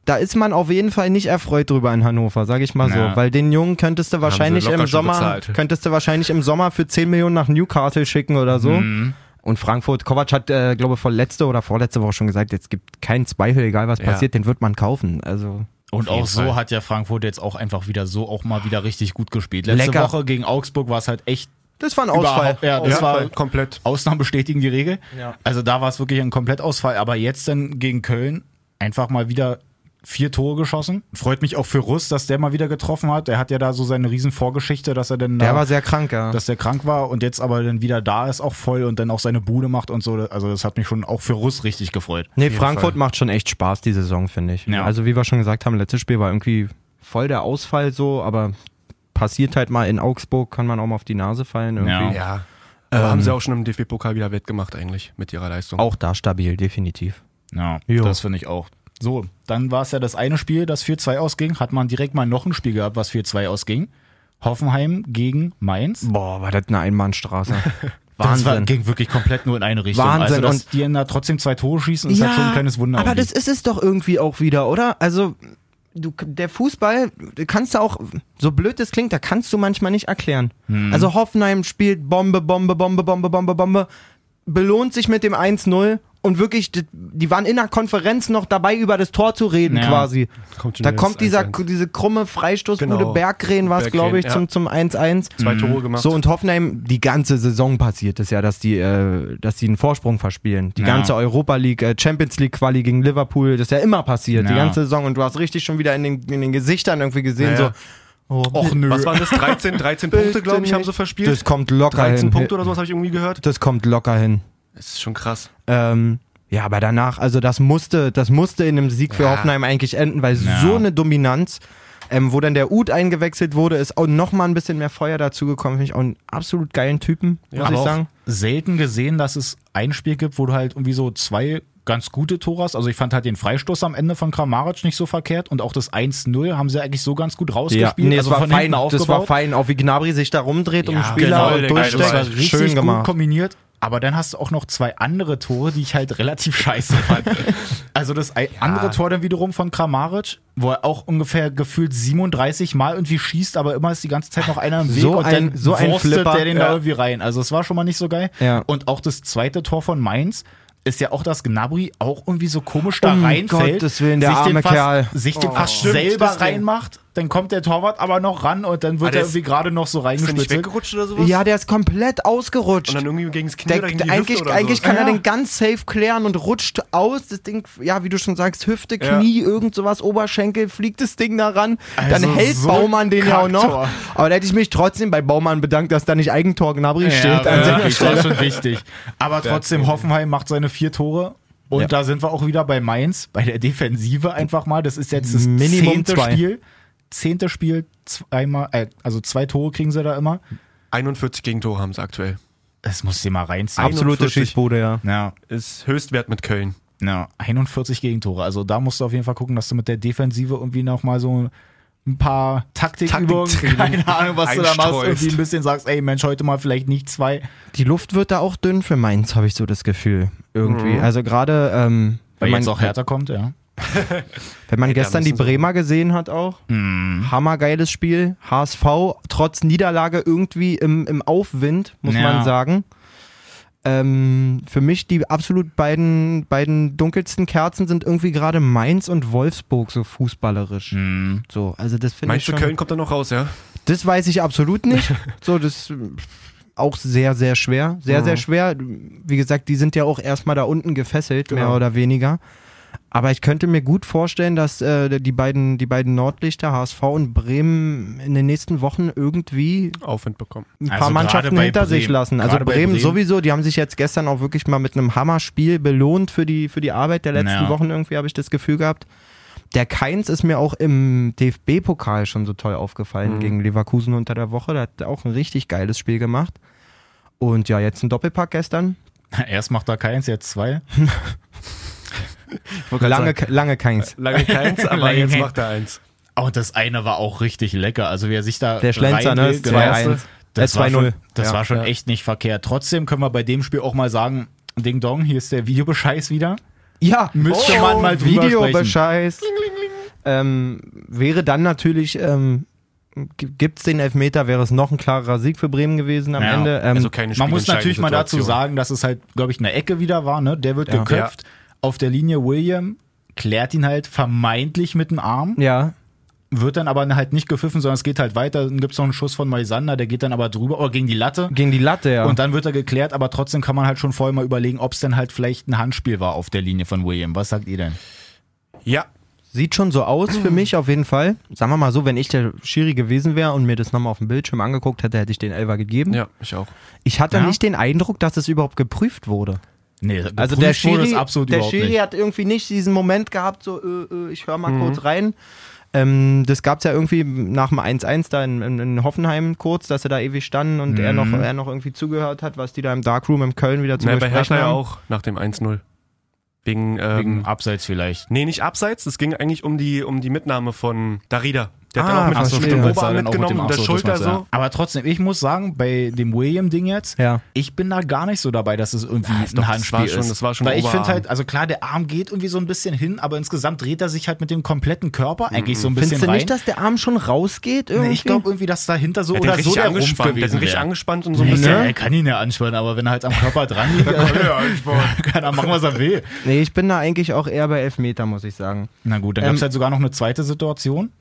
Da ist man auf jeden Fall nicht erfreut drüber in Hannover, sage ich mal
Ja.
so, weil den Jungen könntest du wahrscheinlich
locker
im
schon
Sommer
bezahlt.
könntest du wahrscheinlich im Sommer für 10 Millionen nach Newcastle schicken oder so.
Mhm.
Und Frankfurt, Kovac hat, äh, glaube ich, letzte oder vorletzte Woche schon gesagt, jetzt gibt keinen Zweifel, egal was
Ja.
passiert, den wird man kaufen. Also
Und auch so
Fall.
hat ja Frankfurt jetzt auch einfach wieder so auch mal wieder richtig gut gespielt. Letzte
Lecker.
Woche gegen Augsburg war es halt echt
das war ein Ausfall.
überhaupt- Ja, das
Ja,
war
komplett.
Ausnahmen bestätigen die Regel. Also da war es wirklich ein Komplettausfall. Aber jetzt dann gegen Köln einfach mal wieder vier Tore geschossen. Freut mich auch für Russ, dass der mal wieder getroffen hat. Der hat ja da so seine riesen Vorgeschichte, dass er denn
Der
da,
war sehr krank, ja.
dass der krank war und jetzt aber dann wieder da ist, auch voll und dann auch seine Bude macht und so. Also das hat mich schon auch für Russ richtig gefreut.
Nee, Frankfurt macht schon echt Spaß die Saison, finde ich.
Ja.
Also wie wir schon gesagt haben, letztes Spiel war irgendwie voll der Ausfall so, aber passiert halt mal in Augsburg, kann man auch mal auf die Nase fallen. Irgendwie.
Ja.
Ja.
Ähm.
Aber haben sie auch schon im DFB-Pokal wieder wettgemacht eigentlich mit ihrer Leistung.
Auch da stabil, definitiv.
Ja,
Jo.
das finde ich auch. So, dann war es ja das eine Spiel, das 4-2 ausging. Hat man direkt mal noch ein Spiel gehabt, was 4-2 ausging. Hoffenheim gegen Mainz.
Boah, war das eine Einbahnstraße.
Das war,
Wahnsinn.
ging wirklich komplett nur in eine Richtung.
Wahnsinn.
Also, dass
Und-
die da trotzdem zwei Tore schießen, ist halt schon ein kleines Wunder.
Aber
irgendwie.
das ist es doch irgendwie auch wieder, oder? Also du, der Fußball, du kannst du auch, so blöd das klingt, da kannst du manchmal nicht erklären.
Hm.
Also Hoffenheim spielt Bombe, Bombe, Bombe, Bombe, Bombe, Bombe, belohnt sich mit dem 1-0 und wirklich, die- die waren in der Konferenz noch dabei, über das Tor zu reden
Ja.
quasi.
Kommt schon
da
wieder
kommt
das
dieser,
1-1.
diese krumme Freistoßbude,
Genau.
Berggren war es,
Berggren,
glaube ich,
ja.
zum zum 1-1.
Zwei Tore gemacht.
Mhm. So und Hoffenheim, die ganze Saison passiert es ja, dass die, äh, dass die einen Vorsprung verspielen. Die
Ja.
ganze Europa League, äh, Champions League Quali gegen Liverpool, das ist ja immer passiert, die
Ja.
ganze Saison. Und du hast richtig schon wieder in den, in den Gesichtern irgendwie gesehen,
Ja, ja.
so, oh,
Och nö.
Was waren das? 13, 13 Punkte, glaube ich, haben sie verspielt.
das kommt locker
13
hin.
Punkte oder sowas habe ich irgendwie gehört.
Das kommt locker hin.
Das ist schon krass.
Ähm, ja, aber danach, also das musste, das musste in einem Sieg für Hoffenheim eigentlich enden, weil so eine Dominanz, ähm, wo dann der Uth eingewechselt wurde, ist auch nochmal ein bisschen mehr Feuer dazugekommen. Finde ich auch einen absolut geilen Typen, muss
aber
ich
auch
sagen.
selten gesehen, dass es ein Spiel gibt, wo du halt irgendwie so zwei ganz gute Tore hast. Also ich fand halt den Freistoß am Ende von Kramaric nicht so verkehrt und auch das 1-0 haben sie eigentlich so ganz gut rausgespielt.
nee,
also
es war
von
fein,
hinten
das
aufgebaut.
war fein, auch wie Gnabry sich da rumdreht um den Spieler
genau,
und
Digga, das war
durchsteckt.
richtig
Schön
gut
gemacht.
kombiniert. Aber dann hast du auch noch zwei andere Tore, die ich halt relativ scheiße
[LAUGHS]
fand. Also das ei- andere Tor dann wiederum von Kramaric, wo er auch ungefähr gefühlt 37 Mal irgendwie schießt, aber immer ist die ganze Zeit noch einer im Weg
So
und
ein-
dann
so ein
wurstet
Flipper,
der den
ja.
da irgendwie rein. Also es war schon mal nicht so geil.
Ja.
Und auch das zweite Tor von Mainz ist ja auch, dass Gnabry auch irgendwie so komisch da
Um
reinfällt,
Gottes Willen, der
sich
arme
den fast,
Kerl. Oh.
sich den fast
stimmt,
selber
das Ding.
reinmacht, dann kommt der Torwart aber noch ran und dann
Ah,
wird
der
er
ist-
irgendwie gerade noch so
Ist der nicht
reingeschmissen.
weggerutscht oder sowas?
Ja, der ist komplett
Und
ausgerutscht.
dann irgendwie gegen das Knie
Der,
oder gegen die
eigentlich
Hüfte oder
eigentlich kann
sowas.
er
Ja.
den ganz safe klären und rutscht aus. Das Ding, ja, wie du schon sagst, Hüfte,
Ja.
Knie, irgend sowas, Oberschenkel, fliegt das Ding da ran.
Also
dann hält
so
Baumann den ja auch noch.
Kacktor.
Aber da hätte ich mich trotzdem bei Baumann bedankt, dass da nicht Eigentor Gnabry steht. Also
Ja,
an
ja,
seiner
wirklich,
Stelle.
das ist schon wichtig. Aber trotzdem, Hoffenheim macht seine vier Tore. Und da sind wir auch wieder bei Mainz, bei der Defensive einfach mal. Das ist jetzt das
Minimum
zehnte
zwei.
Spiel. Zehnte Spiel, zweimal, äh, also zwei Tore kriegen sie da immer.
41 Gegentore haben sie aktuell.
Das muss sie mal reinziehen.
Absolute
41.
Schichtbude, ja.
Ja,
Ist Höchstwert mit Köln.
ja, 41 Gegentore. Also da musst du auf jeden Fall gucken, dass du mit der Defensive irgendwie nochmal so ein paar Taktikübungen,
Taktikübungen
[LAUGHS] keine Ahnung, was du da machst,
einstreust.
irgendwie ein bisschen sagst, ey Mensch, heute mal vielleicht nicht zwei.
Die Luft wird da auch dünn für Mainz, habe ich so das Gefühl. Irgendwie. Also gerade, ähm,
Mhm. Weil
wenn,
jetzt
man,
auch härter kommt, ja.
wenn man gestern die
müssen sie- Mhm.
Bremer gesehen hat auch, hammergeiles Spiel. HSV trotz Niederlage irgendwie im, im Aufwind, muss
Ja.
man sagen. Ähm, für mich die absolut beiden, beiden dunkelsten Kerzen sind irgendwie gerade Mainz und Wolfsburg so fußballerisch.
Mhm.
So, also das finde ich
Mhm. Meinst du,
schon,
Köln kommt da noch raus, ja?
Das weiß ich absolut nicht. So, das ist auch sehr, sehr schwer. Sehr, sehr schwer. Wie gesagt, die sind ja auch erstmal da unten gefesselt, mehr
Genau.
oder weniger. Aber ich könnte mir gut vorstellen, dass äh, die, beiden, die beiden Nordlichter, HSV und Bremen, in den nächsten Wochen irgendwie
Aufwind bekommen.
ein
Also
paar
gerade
Mannschaften
bei
hinter sich
Bremen.
lassen. Also
Gerade bei
Bremen,
Bremen.
sowieso, die haben sich jetzt gestern auch wirklich mal mit einem Hammerspiel belohnt für die, für die Arbeit der letzten
Ja.
Wochen irgendwie, habe ich das Gefühl gehabt. Der Keins ist mir auch im DFB-Pokal schon so toll
Mhm.
aufgefallen gegen Leverkusen unter der Woche. Da hat er auch ein richtig geiles Spiel gemacht. Und ja, jetzt ein Doppelpack gestern.
[LAUGHS] Erst macht da keins, jetzt zwei.
Lange, lange Keins.
Lange [LAUGHS] keins, aber
Lange
jetzt
keins.
macht er eins.
Oh, und das eine war auch richtig lecker. Also wer sich da
Der Schlenzer, ne?
reinlegt,
Das
der
2-1.
erste, Das
Äh,
war
2-0.
schon, das
Ja,
war schon
ja.
echt nicht verkehrt. Trotzdem können wir bei dem Spiel auch mal sagen, Ding Dong, hier ist der Videobescheiß wieder.
Ja,
Müsste man mal drüber
Videobescheiß. Ähm, wäre dann natürlich, ähm, gibt es den Elfmeter, wäre es noch ein klarerer Sieg für Bremen gewesen am
Ja.
Ende. Ähm,
Also keine
Man muss natürlich mal dazu
Spielentscheidende
sagen, dass es halt, glaube ich, eine Ecke wieder war. Ne? Der wird
Ja.
geköpft. Auf der Linie William klärt ihn halt vermeintlich mit dem Arm,
ja,
wird dann aber halt nicht gepfiffen, sondern es geht halt weiter. Dann gibt es noch einen Schuss von Moisander, der geht dann aber drüber, oder gegen die Latte.
gegen die Latte, ja.
Und dann wird er geklärt, aber trotzdem kann man halt schon vorher mal überlegen, ob es denn halt vielleicht ein Handspiel war auf der Linie von William. Was sagt ihr denn?
Situation. Ja,
Sieht schon so aus für mich auf jeden Fall. Sagen wir mal so, wenn ich der Schiri gewesen wäre und mir das nochmal auf dem Bildschirm angeguckt hätte, hätte ich den Elfer gegeben.
ja, ich auch.
Ich hatte
Ja.
nicht den Eindruck, dass es überhaupt geprüft wurde.
Nee,
Also
geprüft
der
wurde es
Schiri,
absolut
der
überhaupt
Schiri
nicht.
hat irgendwie nicht diesen Moment gehabt, so äh, äh, ich höre mal kurz rein. Ähm, das gab es ja irgendwie nach dem 1-1 da in, in, in Hoffenheim kurz, dass sie da ewig standen und er, noch, er noch irgendwie zugehört hat, was die da im Darkroom in Köln wieder zu
Na, bei
besprechen
Hertha ja
haben.
auch nach dem 1-0. Wegen, ähm,
Abseits vielleicht.
nee, nicht abseits. Es ging eigentlich um die, um die Mitnahme von Darida. Der hat dann auch mit
ach so,
dem
stimmt,
weil's da
Oberarm
dann auch mit dem-
mitgenommen,
ach
der
so, das
Schulter
meinst du, ja.
so.
Aber trotzdem, ich muss sagen, bei dem William-Ding jetzt,
Ja.
ich bin da gar nicht so dabei, dass es irgendwie
doch,
ein
das
Handspiel
war schon-
ist.
das war schon
Weil ich finde
Oberarm.
halt, also klar, der Arm geht irgendwie so ein bisschen hin, aber insgesamt dreht er sich halt mit dem kompletten Körper eigentlich so ein bisschen
Findest du
rein.
nicht, dass der Arm schon rausgeht irgendwie?
Nee, ich glaube irgendwie, dass dahinter so
Der hat den
oder so
richtig
der Rumpf
angespannt. Der hat den
gewesen
richtig
wäre.
angespannt und so ein
Nee,
bisschen.
der- er kann ihn ja anspannen, aber wenn er halt am Körper dran [LAUGHS] liegt, [LAUGHS] kann er machen, halt was er will.
Nee, ich bin da eigentlich auch eher bei Elfmeter, muss ich sagen.
Na gut, dann
Ähm,
gab es halt sogar noch eine zweite Situation.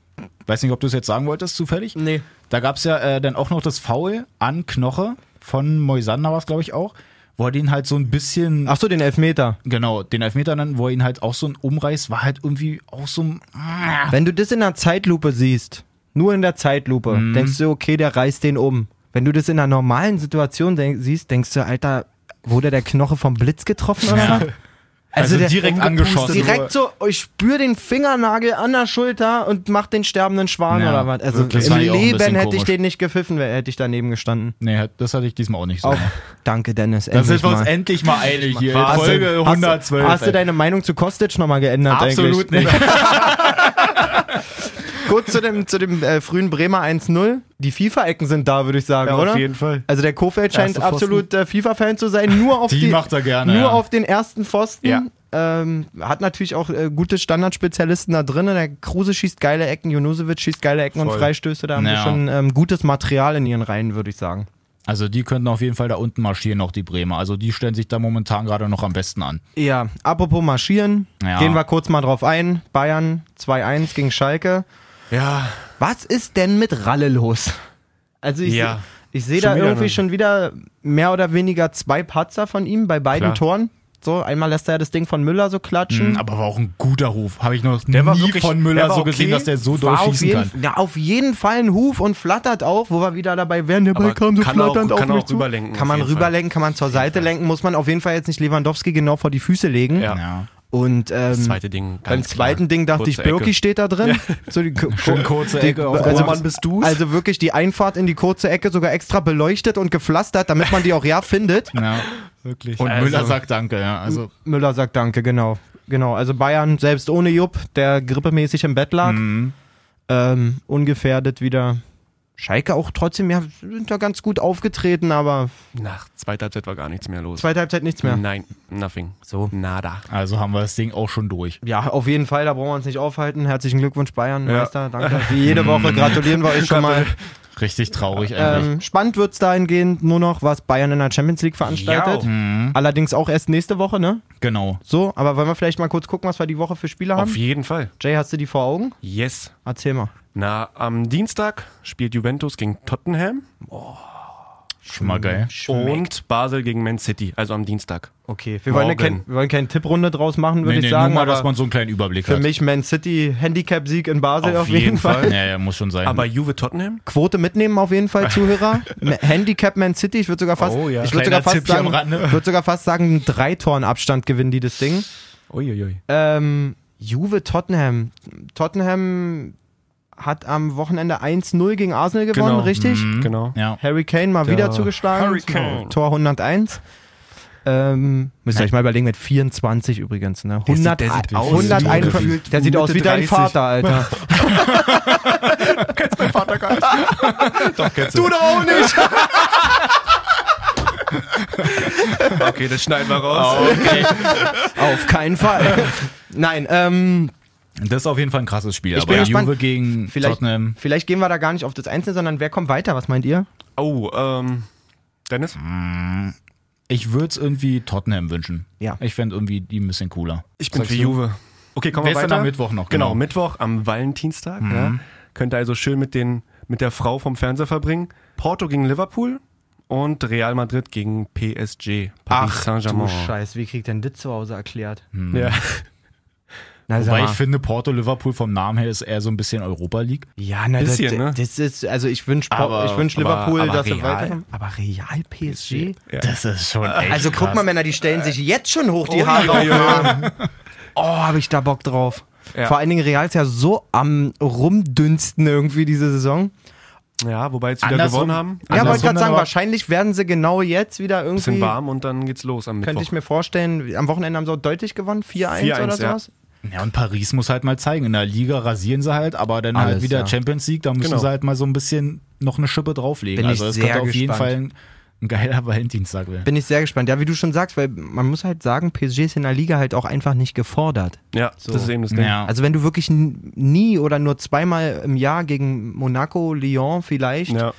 Weiß nicht, ob du es jetzt sagen wolltest, zufällig.
Nee.
Da gab es ja äh, dann auch noch das Foul an Knoche von Moisander, war es glaube ich auch, wo er den halt so ein bisschen,
Ach so, den Elfmeter.
genau, den Elfmeter dann, wo er ihn halt auch so ein Umreiß, war halt irgendwie auch so ein, ah,
Wenn du das in der Zeitlupe siehst, nur in der Zeitlupe,
Mhm.
denkst du, okay, der reißt den um. Wenn du das in einer normalen Situation denk siehst, denkst du, Alter, wurde der Knoche vom Blitz getroffen oder was?
[LAUGHS] also,
der-
direkt angeschossen.
Direkt so, oh, ich spüre den Fingernagel an der Schulter und mach den sterbenden Schwan
Ja,
oder was. Also
wirklich. Das
im
fand ich auch ein
Leben
bisschen
hätte ich
komisch.
den nicht gepfiffen, wär- hätte ich daneben
[LAUGHS]
gestanden.
Nee, hat- das hatte ich diesmal auch nicht so.
Auch danke, Dennis.
Da sind
endlich
wir uns
mal.
endlich mal einig hier.
Hast du-
Folge
hast du-
112.
Hast du deine Meinung zu Kostic nochmal geändert eigentlich?
Absolut nicht. [LAUGHS]
Kurz zu dem, zu dem äh, frühen Bremer 1-0. Die FIFA-Ecken sind da, würde ich sagen,
Ja, auf
oder?
jeden Fall.
Also der Kofeld scheint
Erste Pfosten.
absolut äh, FIFA-Fan zu sein. Nur auf
Die
die,
macht er gerne,
Nur
ja.
auf den ersten Pfosten.
Ja.
Ähm, hat natürlich auch äh, gute Standardspezialisten da drin. Der Kruse schießt geile Ecken, Junusovic schießt geile Ecken und
Voll.
Freistöße. Da haben
Ja.
sie schon ähm, gutes Material in ihren Reihen, würde ich sagen.
Also die könnten auf jeden Fall da unten marschieren, noch die Bremer. Also die stellen sich da momentan gerade noch am besten an.
Ja, apropos marschieren,
Ja.
gehen wir kurz mal drauf ein. Bayern 2-1 gegen Schalke.
Ja,
Was ist denn mit Ralle los? Also ich,
Ja.
ich sehe
Schon
da
wieder
irgendwie
einen.
schon wieder mehr oder weniger zwei Patzer von ihm bei beiden
Klar. Hm,
Toren. So, einmal lässt er ja das Ding von Müller so klatschen.
Aber war auch ein guter Ruf. Habe ich noch
war
nie
wirklich-
von
der
Müller
war
so
okay.
gesehen, dass der so
War auf,
durchschießen
jeden,
kann.
ja, auf jeden Fall ein Huf und flattert auch, wo wir wieder dabei wären. Der Ball
aber
kam so
kann er auch,
flatternd auf
kann er
mich
auch
zu.
rüberlenken.
Kann
auf
man
jeden Fall.
rüberlenken, kann man zur Seite lenken, muss man auf jeden Fall jetzt nicht Lewandowski genau vor die Füße legen.
Ja.
Ja.
Und ähm,
Das zweite Ding.
beim
ganz
zweiten
klar.
Ding dachte ich,
Kurze Ecke.
Birki steht da drin. [LAUGHS] So die,
Schön kurze Ecke auf
also
Also,
man
Mann, bist du's?
Also wirklich die Einfahrt in die kurze Ecke sogar extra beleuchtet und gepflastert, damit man die auch ja findet.
Ja, [LAUGHS] wirklich. Und Müller sagt Danke, ja. Also
[LAUGHS] Müller sagt Danke, genau. Genau, also Bayern selbst ohne Jupp, der grippemäßig im Bett lag, ähm, ungefährdet wieder. Schalke auch trotzdem, ja, sind da ganz gut aufgetreten, aber
Nach zweiter Halbzeit war gar nichts mehr los.
zweite Halbzeit nichts mehr.
Nein, nothing.
So.
Nada.
Also haben wir das Ding auch schon durch.
Ja, auf jeden Fall, da brauchen wir uns nicht aufhalten. Herzlichen Glückwunsch, Bayern, Meister, danke. Wie [LAUGHS] jede Woche gratulieren wir euch schon mal.
Richtig traurig eigentlich.
Ähm, spannend wird es dahingehend nur noch, was Bayern in der Champions League veranstaltet.
Mhm.
Allerdings auch erst nächste Woche, ne?
Genau.
So, aber wollen wir vielleicht mal kurz gucken, was wir die Woche für Spiele
Auf
haben?
jeden Fall.
Jay, hast du die vor Augen?
Yes.
Erzähl mal.
Na, am Dienstag spielt Juventus gegen Tottenham
Schon mal geil.
und Basel gegen Man City, also am Dienstag.
Oh,
Okay, wir wollen, ja
Morgen.
kein, wir wollen keine Tipprunde draus machen, würde
Nee, nee,
ich sagen.
nur mal,
aber
dass man so einen kleinen Überblick
für
hat.
mich Man City Handicap-Sieg in Basel auf, jeden Fall.
Ja, ja, muss schon sein.
Aber Juve Tottenham?
[LAUGHS] Quote mitnehmen auf jeden Fall,
[LAUGHS]
Zuhörer. Ma- Handicap Man City, ich würde sogar fast,
Oh ja.
ich würde sogar
Kleiner
fast
Tipp hier
sagen,
am Rande.
würde sogar fast sagen, drei Toren Abstand gewinnen die das Ding.
Uiuiui.
Ähm, Juve Tottenham. Tottenham hat am Wochenende 1-0 gegen Arsenal gewonnen,
Genau.
richtig?
Genau.
ja.
Harry Kane mal wieder zugeschlagen.
Harry Kane.
Tor 101. Ähm, müsst ihr
Nein.
euch mal überlegen, mit 24 übrigens. Ne? 100,
sieht- der sieht aus wie
101,
gefühlt
der sieht aus
Mitte
wie dein
30.
Vater, Alter.
Kennst [LAUGHS] du doch auch nicht! okay, das schneiden wir raus.
[LAUGHS] Auf keinen
[LAUGHS]
Fall. Nein, ähm,
Das ist auf jeden Fall ein krasses Spiel.
Ich
aber
bin
ja,
gespannt.
Juve gegen
vielleicht,
Tottenham.
vielleicht gehen wir da gar nicht auf das Einzelne, sondern wer kommt weiter, was meint ihr?
Oh, ähm, Dennis?
Hm. Ich würde es irgendwie Tottenham wünschen.
Ja.
Ich fände irgendwie die ein bisschen cooler.
Ich bin
Sagst
für
du?
Juve. Okay, kommen
Wer
wir
ist
weiter.
denn am Mittwoch noch?
Genau,
Genau. Hm.
Mittwoch am Valentinstag. Ja, könnt ihr also schön mit, den, mit der Frau vom Fernseher verbringen. Porto gegen Liverpool und Real Madrid gegen PSG. Paris
du
Saint-Germain. Hm.
Scheiß, wie kriegt denn das zu Hause erklärt?
Ja.
Na, sag
Weil
mal.
ich finde, Porto Liverpool vom Namen her ist eher so ein bisschen Europa League.
Ja, na,
Bisschen,
das,
ne?
das ist, also ich wünsche
Aber-
wünsch
aber-
Liverpool,
aber
dass sie
Real?
weiterkommen. Aber Real PSG?
Das ist schon echt
Also guck
krass.
mal, Männer, die stellen sich jetzt schon hoch die Haare. Oh, habe ich da Bock drauf.
Ja.
Vor allen Dingen Real ist ja so am rumdünsten irgendwie diese Saison.
ja, wobei jetzt wieder
Andersrum-
gewonnen haben.
ja,
Also
wollte
das
gerade sagen,
wunderbar-
wahrscheinlich werden sie genau jetzt wieder
bisschen
irgendwie,
warm und dann geht's los am Mittwoch.
könnte ich mir vorstellen, am Wochenende haben sie auch deutlich gewonnen, 4-1 oder
4-1, ja.
sowas.
Ja, und Paris muss halt mal zeigen. In der Liga rasieren sie halt, aber dann
Alles,
halt wieder
ja.
Champions League, da müssen
Genau.
sie halt mal so ein bisschen noch eine Schippe drauflegen.
Bin
also
ich
das
sehr
könnte auf jeden
gespannt.
Fall ein, ein geiler [LAUGHS] Valentinstag werden.
Bin ich sehr gespannt. Ja, wie du schon sagst, weil man muss halt sagen, PSG ist in der Liga halt auch einfach nicht gefordert.
Ja, das ist eben das Ding.
Ja.
Also wenn du wirklich n- nie oder nur zweimal im Jahr gegen Monaco, Lyon vielleicht
Ja,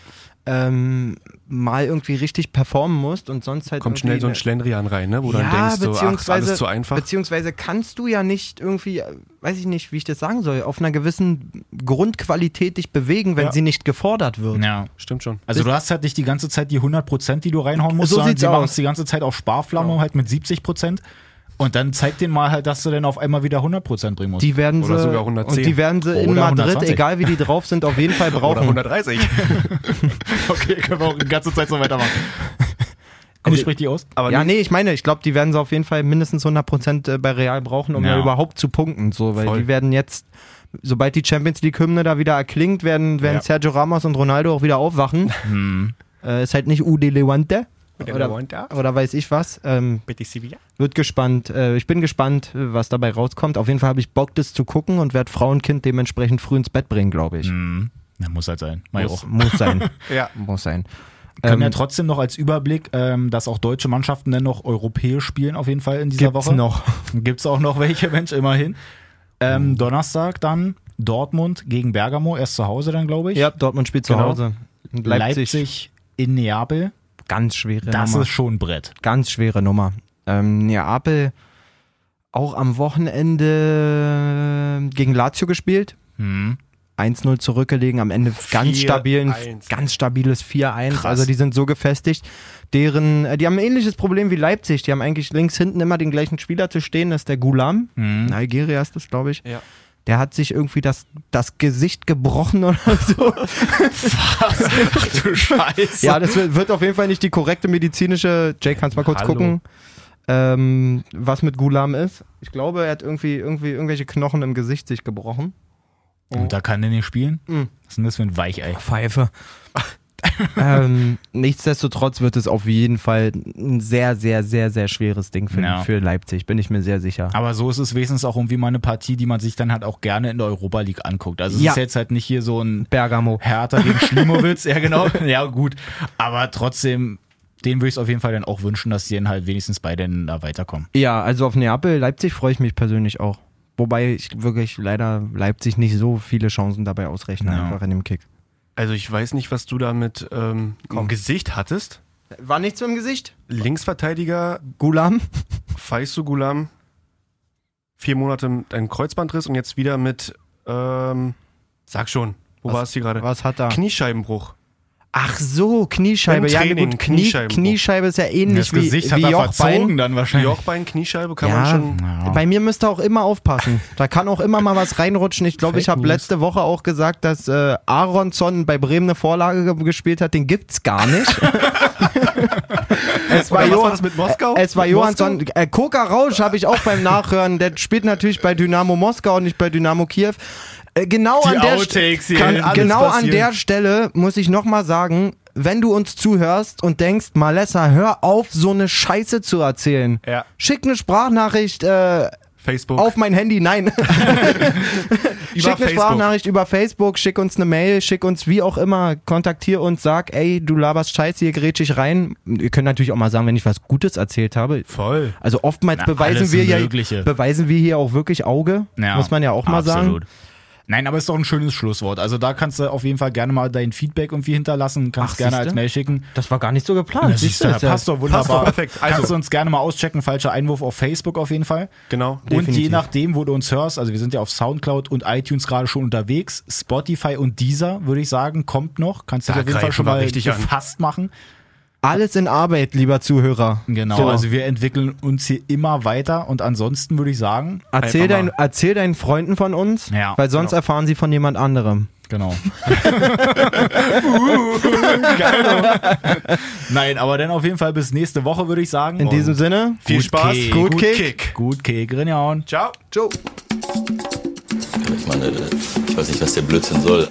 ähm, mal irgendwie richtig performen musst und sonst halt
kommt schnell so ein
irgendwie
Schlendrian rein, ne? wo du
eine-
dann denkst, so, ach, ist
beziehungsweise,
alles zu einfach.
beziehungsweise kannst du ja nicht irgendwie, äh, weiß ich nicht, wie ich das sagen soll, auf einer gewissen Grundqualität dich bewegen, wenn
Ja.
sie nicht gefordert wird.
ja.
Stimmt schon.
Also du hast halt nicht die ganze Zeit die 100%, die du reinhauen musst,
So
sondern
sieht's
die machen
aus.
es die ganze Zeit auf Sparflamme
Genau.
halt mit 70%. Und dann zeig den mal halt, dass du dann auf einmal wieder 100% bringen musst.
Die werden
Oder
sie,
sogar 110.
Und die werden sie in
Oder
Madrid,
120.
egal wie die drauf sind, auf jeden Fall
[LAUGHS] Oder
brauchen. [LAUGHS]
130.
okay, können wir auch die ganze Zeit so [LAUGHS] weitermachen. Also- Gut, sprich die aus.
Aber
Ja,
nee,
nee, ich meine, ich glaube, die werden sie auf jeden Fall mindestens 100% bei Real brauchen, um
Ja.
ja. überhaupt zu punkten. So, weil
Voll.
die werden jetzt, sobald die Champions League-Hymne da wieder erklingt, werden, werden
Ja. Mhm.
Sergio Ramos und Ronaldo auch wieder
[LAUGHS]
aufwachen. Äh, ist halt nicht Ude Lewante
Oder,
oder weiß ich was. Ähm, wird gespannt. Äh, ich bin gespannt, äh, was dabei rauskommt. Auf jeden Fall habe ich Bock, das zu gucken und werde Frau und Kind dementsprechend früh ins Bett bringen, glaube ich.
Na, muss halt sein. Mach ich Mhm. auch.
Muss, muss
[LAUGHS]
sein.
Ja.
Muss sein.
Können ja
Ähm,
trotzdem noch als Überblick, ähm, dass auch deutsche Mannschaften dann noch europäisch spielen, auf jeden Fall in dieser
Gibt's
Woche.
noch.
[LAUGHS] Gibt's auch noch welche, Mensch, immerhin. Ähm, Donnerstag dann Dortmund gegen Bergamo, erst zu Hause dann, glaube ich.
Ja, Dortmund spielt zu
Genau.
Hause. Und
Leipzig.
Leipzig,
in Neapel.
ganz schwere
Das
Nummer.
ist schon ein Brett.
ganz schwere Nummer. Ähm, Neapel auch am Wochenende ähm, gegen Lazio gespielt. 1-0 zurückgelegen, am Ende ganz
4-1.
stabilen, ganz stabiles 4-1. Also die sind so gefestigt. Deren, äh, die haben ein ähnliches Problem wie Leipzig. Die haben eigentlich links hinten immer den gleichen Spieler zu stehen, das ist der Gulam. Nigeria ist das, glaube ich.
Ja.
Der hat sich irgendwie das, das Gesicht gebrochen oder [LAUGHS] so. [LAUGHS]
Du Scheiße.
Ja, das wird wird auf jeden Fall nicht die korrekte medizinische. Jake, kannst mal kurz
Hallo.
gucken, ähm, was mit Gulam ist. Ich glaube, er hat irgendwie, irgendwie irgendwelche Knochen im Gesicht sich gebrochen.
Und da kann der nicht spielen? Was ist denn das für ein Weichei?
Pfeife. [LAUGHS] ähm, nichtsdestotrotz wird es auf jeden Fall ein sehr, sehr, sehr, sehr schweres Ding für,
Ja.
für Leipzig, bin ich mir sehr sicher.
Aber so ist es wenigstens auch irgendwie mal eine Partie, die man sich dann halt auch gerne in der Europa League anguckt. Also es
Ja.
ist jetzt halt nicht hier so ein
Bergamo.
Hertha gegen Schlimowitz, ja genau. Ja, gut. Aber trotzdem, den würde ich es auf jeden Fall dann auch wünschen, dass die dann halt wenigstens beide dann da weiterkommen.
Ja, also auf Neapel, Leipzig freue ich mich persönlich auch. Wobei ich wirklich leider Leipzig nicht so viele Chancen dabei ausrechne,
Ja.
einfach in dem Kick.
also ich weiß nicht, was du da mit ähm, im Gesicht hattest.
War nichts im Gesicht?
Linksverteidiger
Gulam?
Faisu Gulam, vier Monate mit einem Kreuzbandriss und jetzt wieder mit, ähm, sag schon, wo
Was-
war es hier gerade?
Was hat er?
Kniescheibenbruch.
Ach so, Kniescheibe.
Im
Ja,
Training, oh.
gut, Knie,
Kniescheibenbruch.
Kniescheibe ist ja ähnlich wie, wie Jochbein.
dann wahrscheinlich.
Jochbein, Kniescheibe kann man
Äh. Ja,
schon.
Ja.
bei mir müsst ihr auch immer aufpassen. Da kann auch immer mal was reinrutschen. Ich glaube, ich
Fake
habe
News.
letzte Woche auch gesagt, dass äh, Aronson bei Bremen eine Vorlage ge- gespielt hat. Den gibt's gar nicht.
[LAUGHS]
[LAUGHS] es
Oder was
Jo-
war das mit Moskau?
Es war
Mit
Johansson. Äh, Koka Rausch habe ich auch beim Nachhören. Der spielt natürlich bei Dynamo Moskau und nicht bei Dynamo Kiew. Äh, genau
Die
an der
Outtakes hier.
kann,
Alles
genau an
passieren.
der Stelle muss ich nochmal sagen, wenn du uns zuhörst und denkst, Malessa, hör auf, so eine Scheiße zu erzählen.
Ja.
Schick eine Sprachnachricht äh,
Facebook.
auf mein Handy. Nein.
über
schick eine
Facebook.
Sprachnachricht über Facebook, schick uns eine Mail, schick uns wie auch immer, kontaktier uns, sag, ey, du laberst Scheiße, hier grätsch ich rein. Ihr könnt natürlich auch mal sagen, wenn ich was Gutes erzählt habe.
Voll.
Also oftmals
Na,
beweisen
alles
wir ja
Mögliche.
beweisen wir hier auch wirklich Auge, [LAUGHS]
Ja,
muss man ja auch mal sagen.
Nein, aber ist doch ein schönes Schlusswort. Also da kannst du auf jeden Fall gerne mal dein Feedback irgendwie hinterlassen, kannst
Ach,
gerne
siehste?
als Mail schicken.
Das war gar nicht so geplant. siehst du,
da
ist ja-
passt doch wunderbar.
Passt doch perfekt. Also-
Kannst du uns gerne mal auschecken, falscher Einwurf auf Facebook auf jeden Fall.
Genau.
Und je
Definitiv.
nachdem, wo du uns hörst, also wir sind ja auf Soundcloud und iTunes gerade schon unterwegs, Spotify und Deezer, würde ich sagen, kommt noch. Kannst du
Da
dich auf jeden Fall
greifen
schon
wir
mal
richtig an.
gefasst machen.
Alles in Arbeit, lieber Zuhörer.
Genau,
So.
also wir entwickeln uns hier immer weiter und ansonsten würde ich sagen,
erzähl,
Einfach
dein,
mal.
erzähl deinen Freunden von uns,
Ja,
weil sonst
genau.
erfahren sie von jemand anderem.
[LAUGHS]
genau. [LAUGHS] Nein, aber dann auf jeden Fall bis nächste Woche, würde ich sagen.
In diesem Sinne,
Viel
Gut
Spaß.
Kick.
Gut Kick.
Gut, Kegrin, ja und
Ciao.
ciao.
Ich meine, ich weiß nicht, was der Blödsinn soll.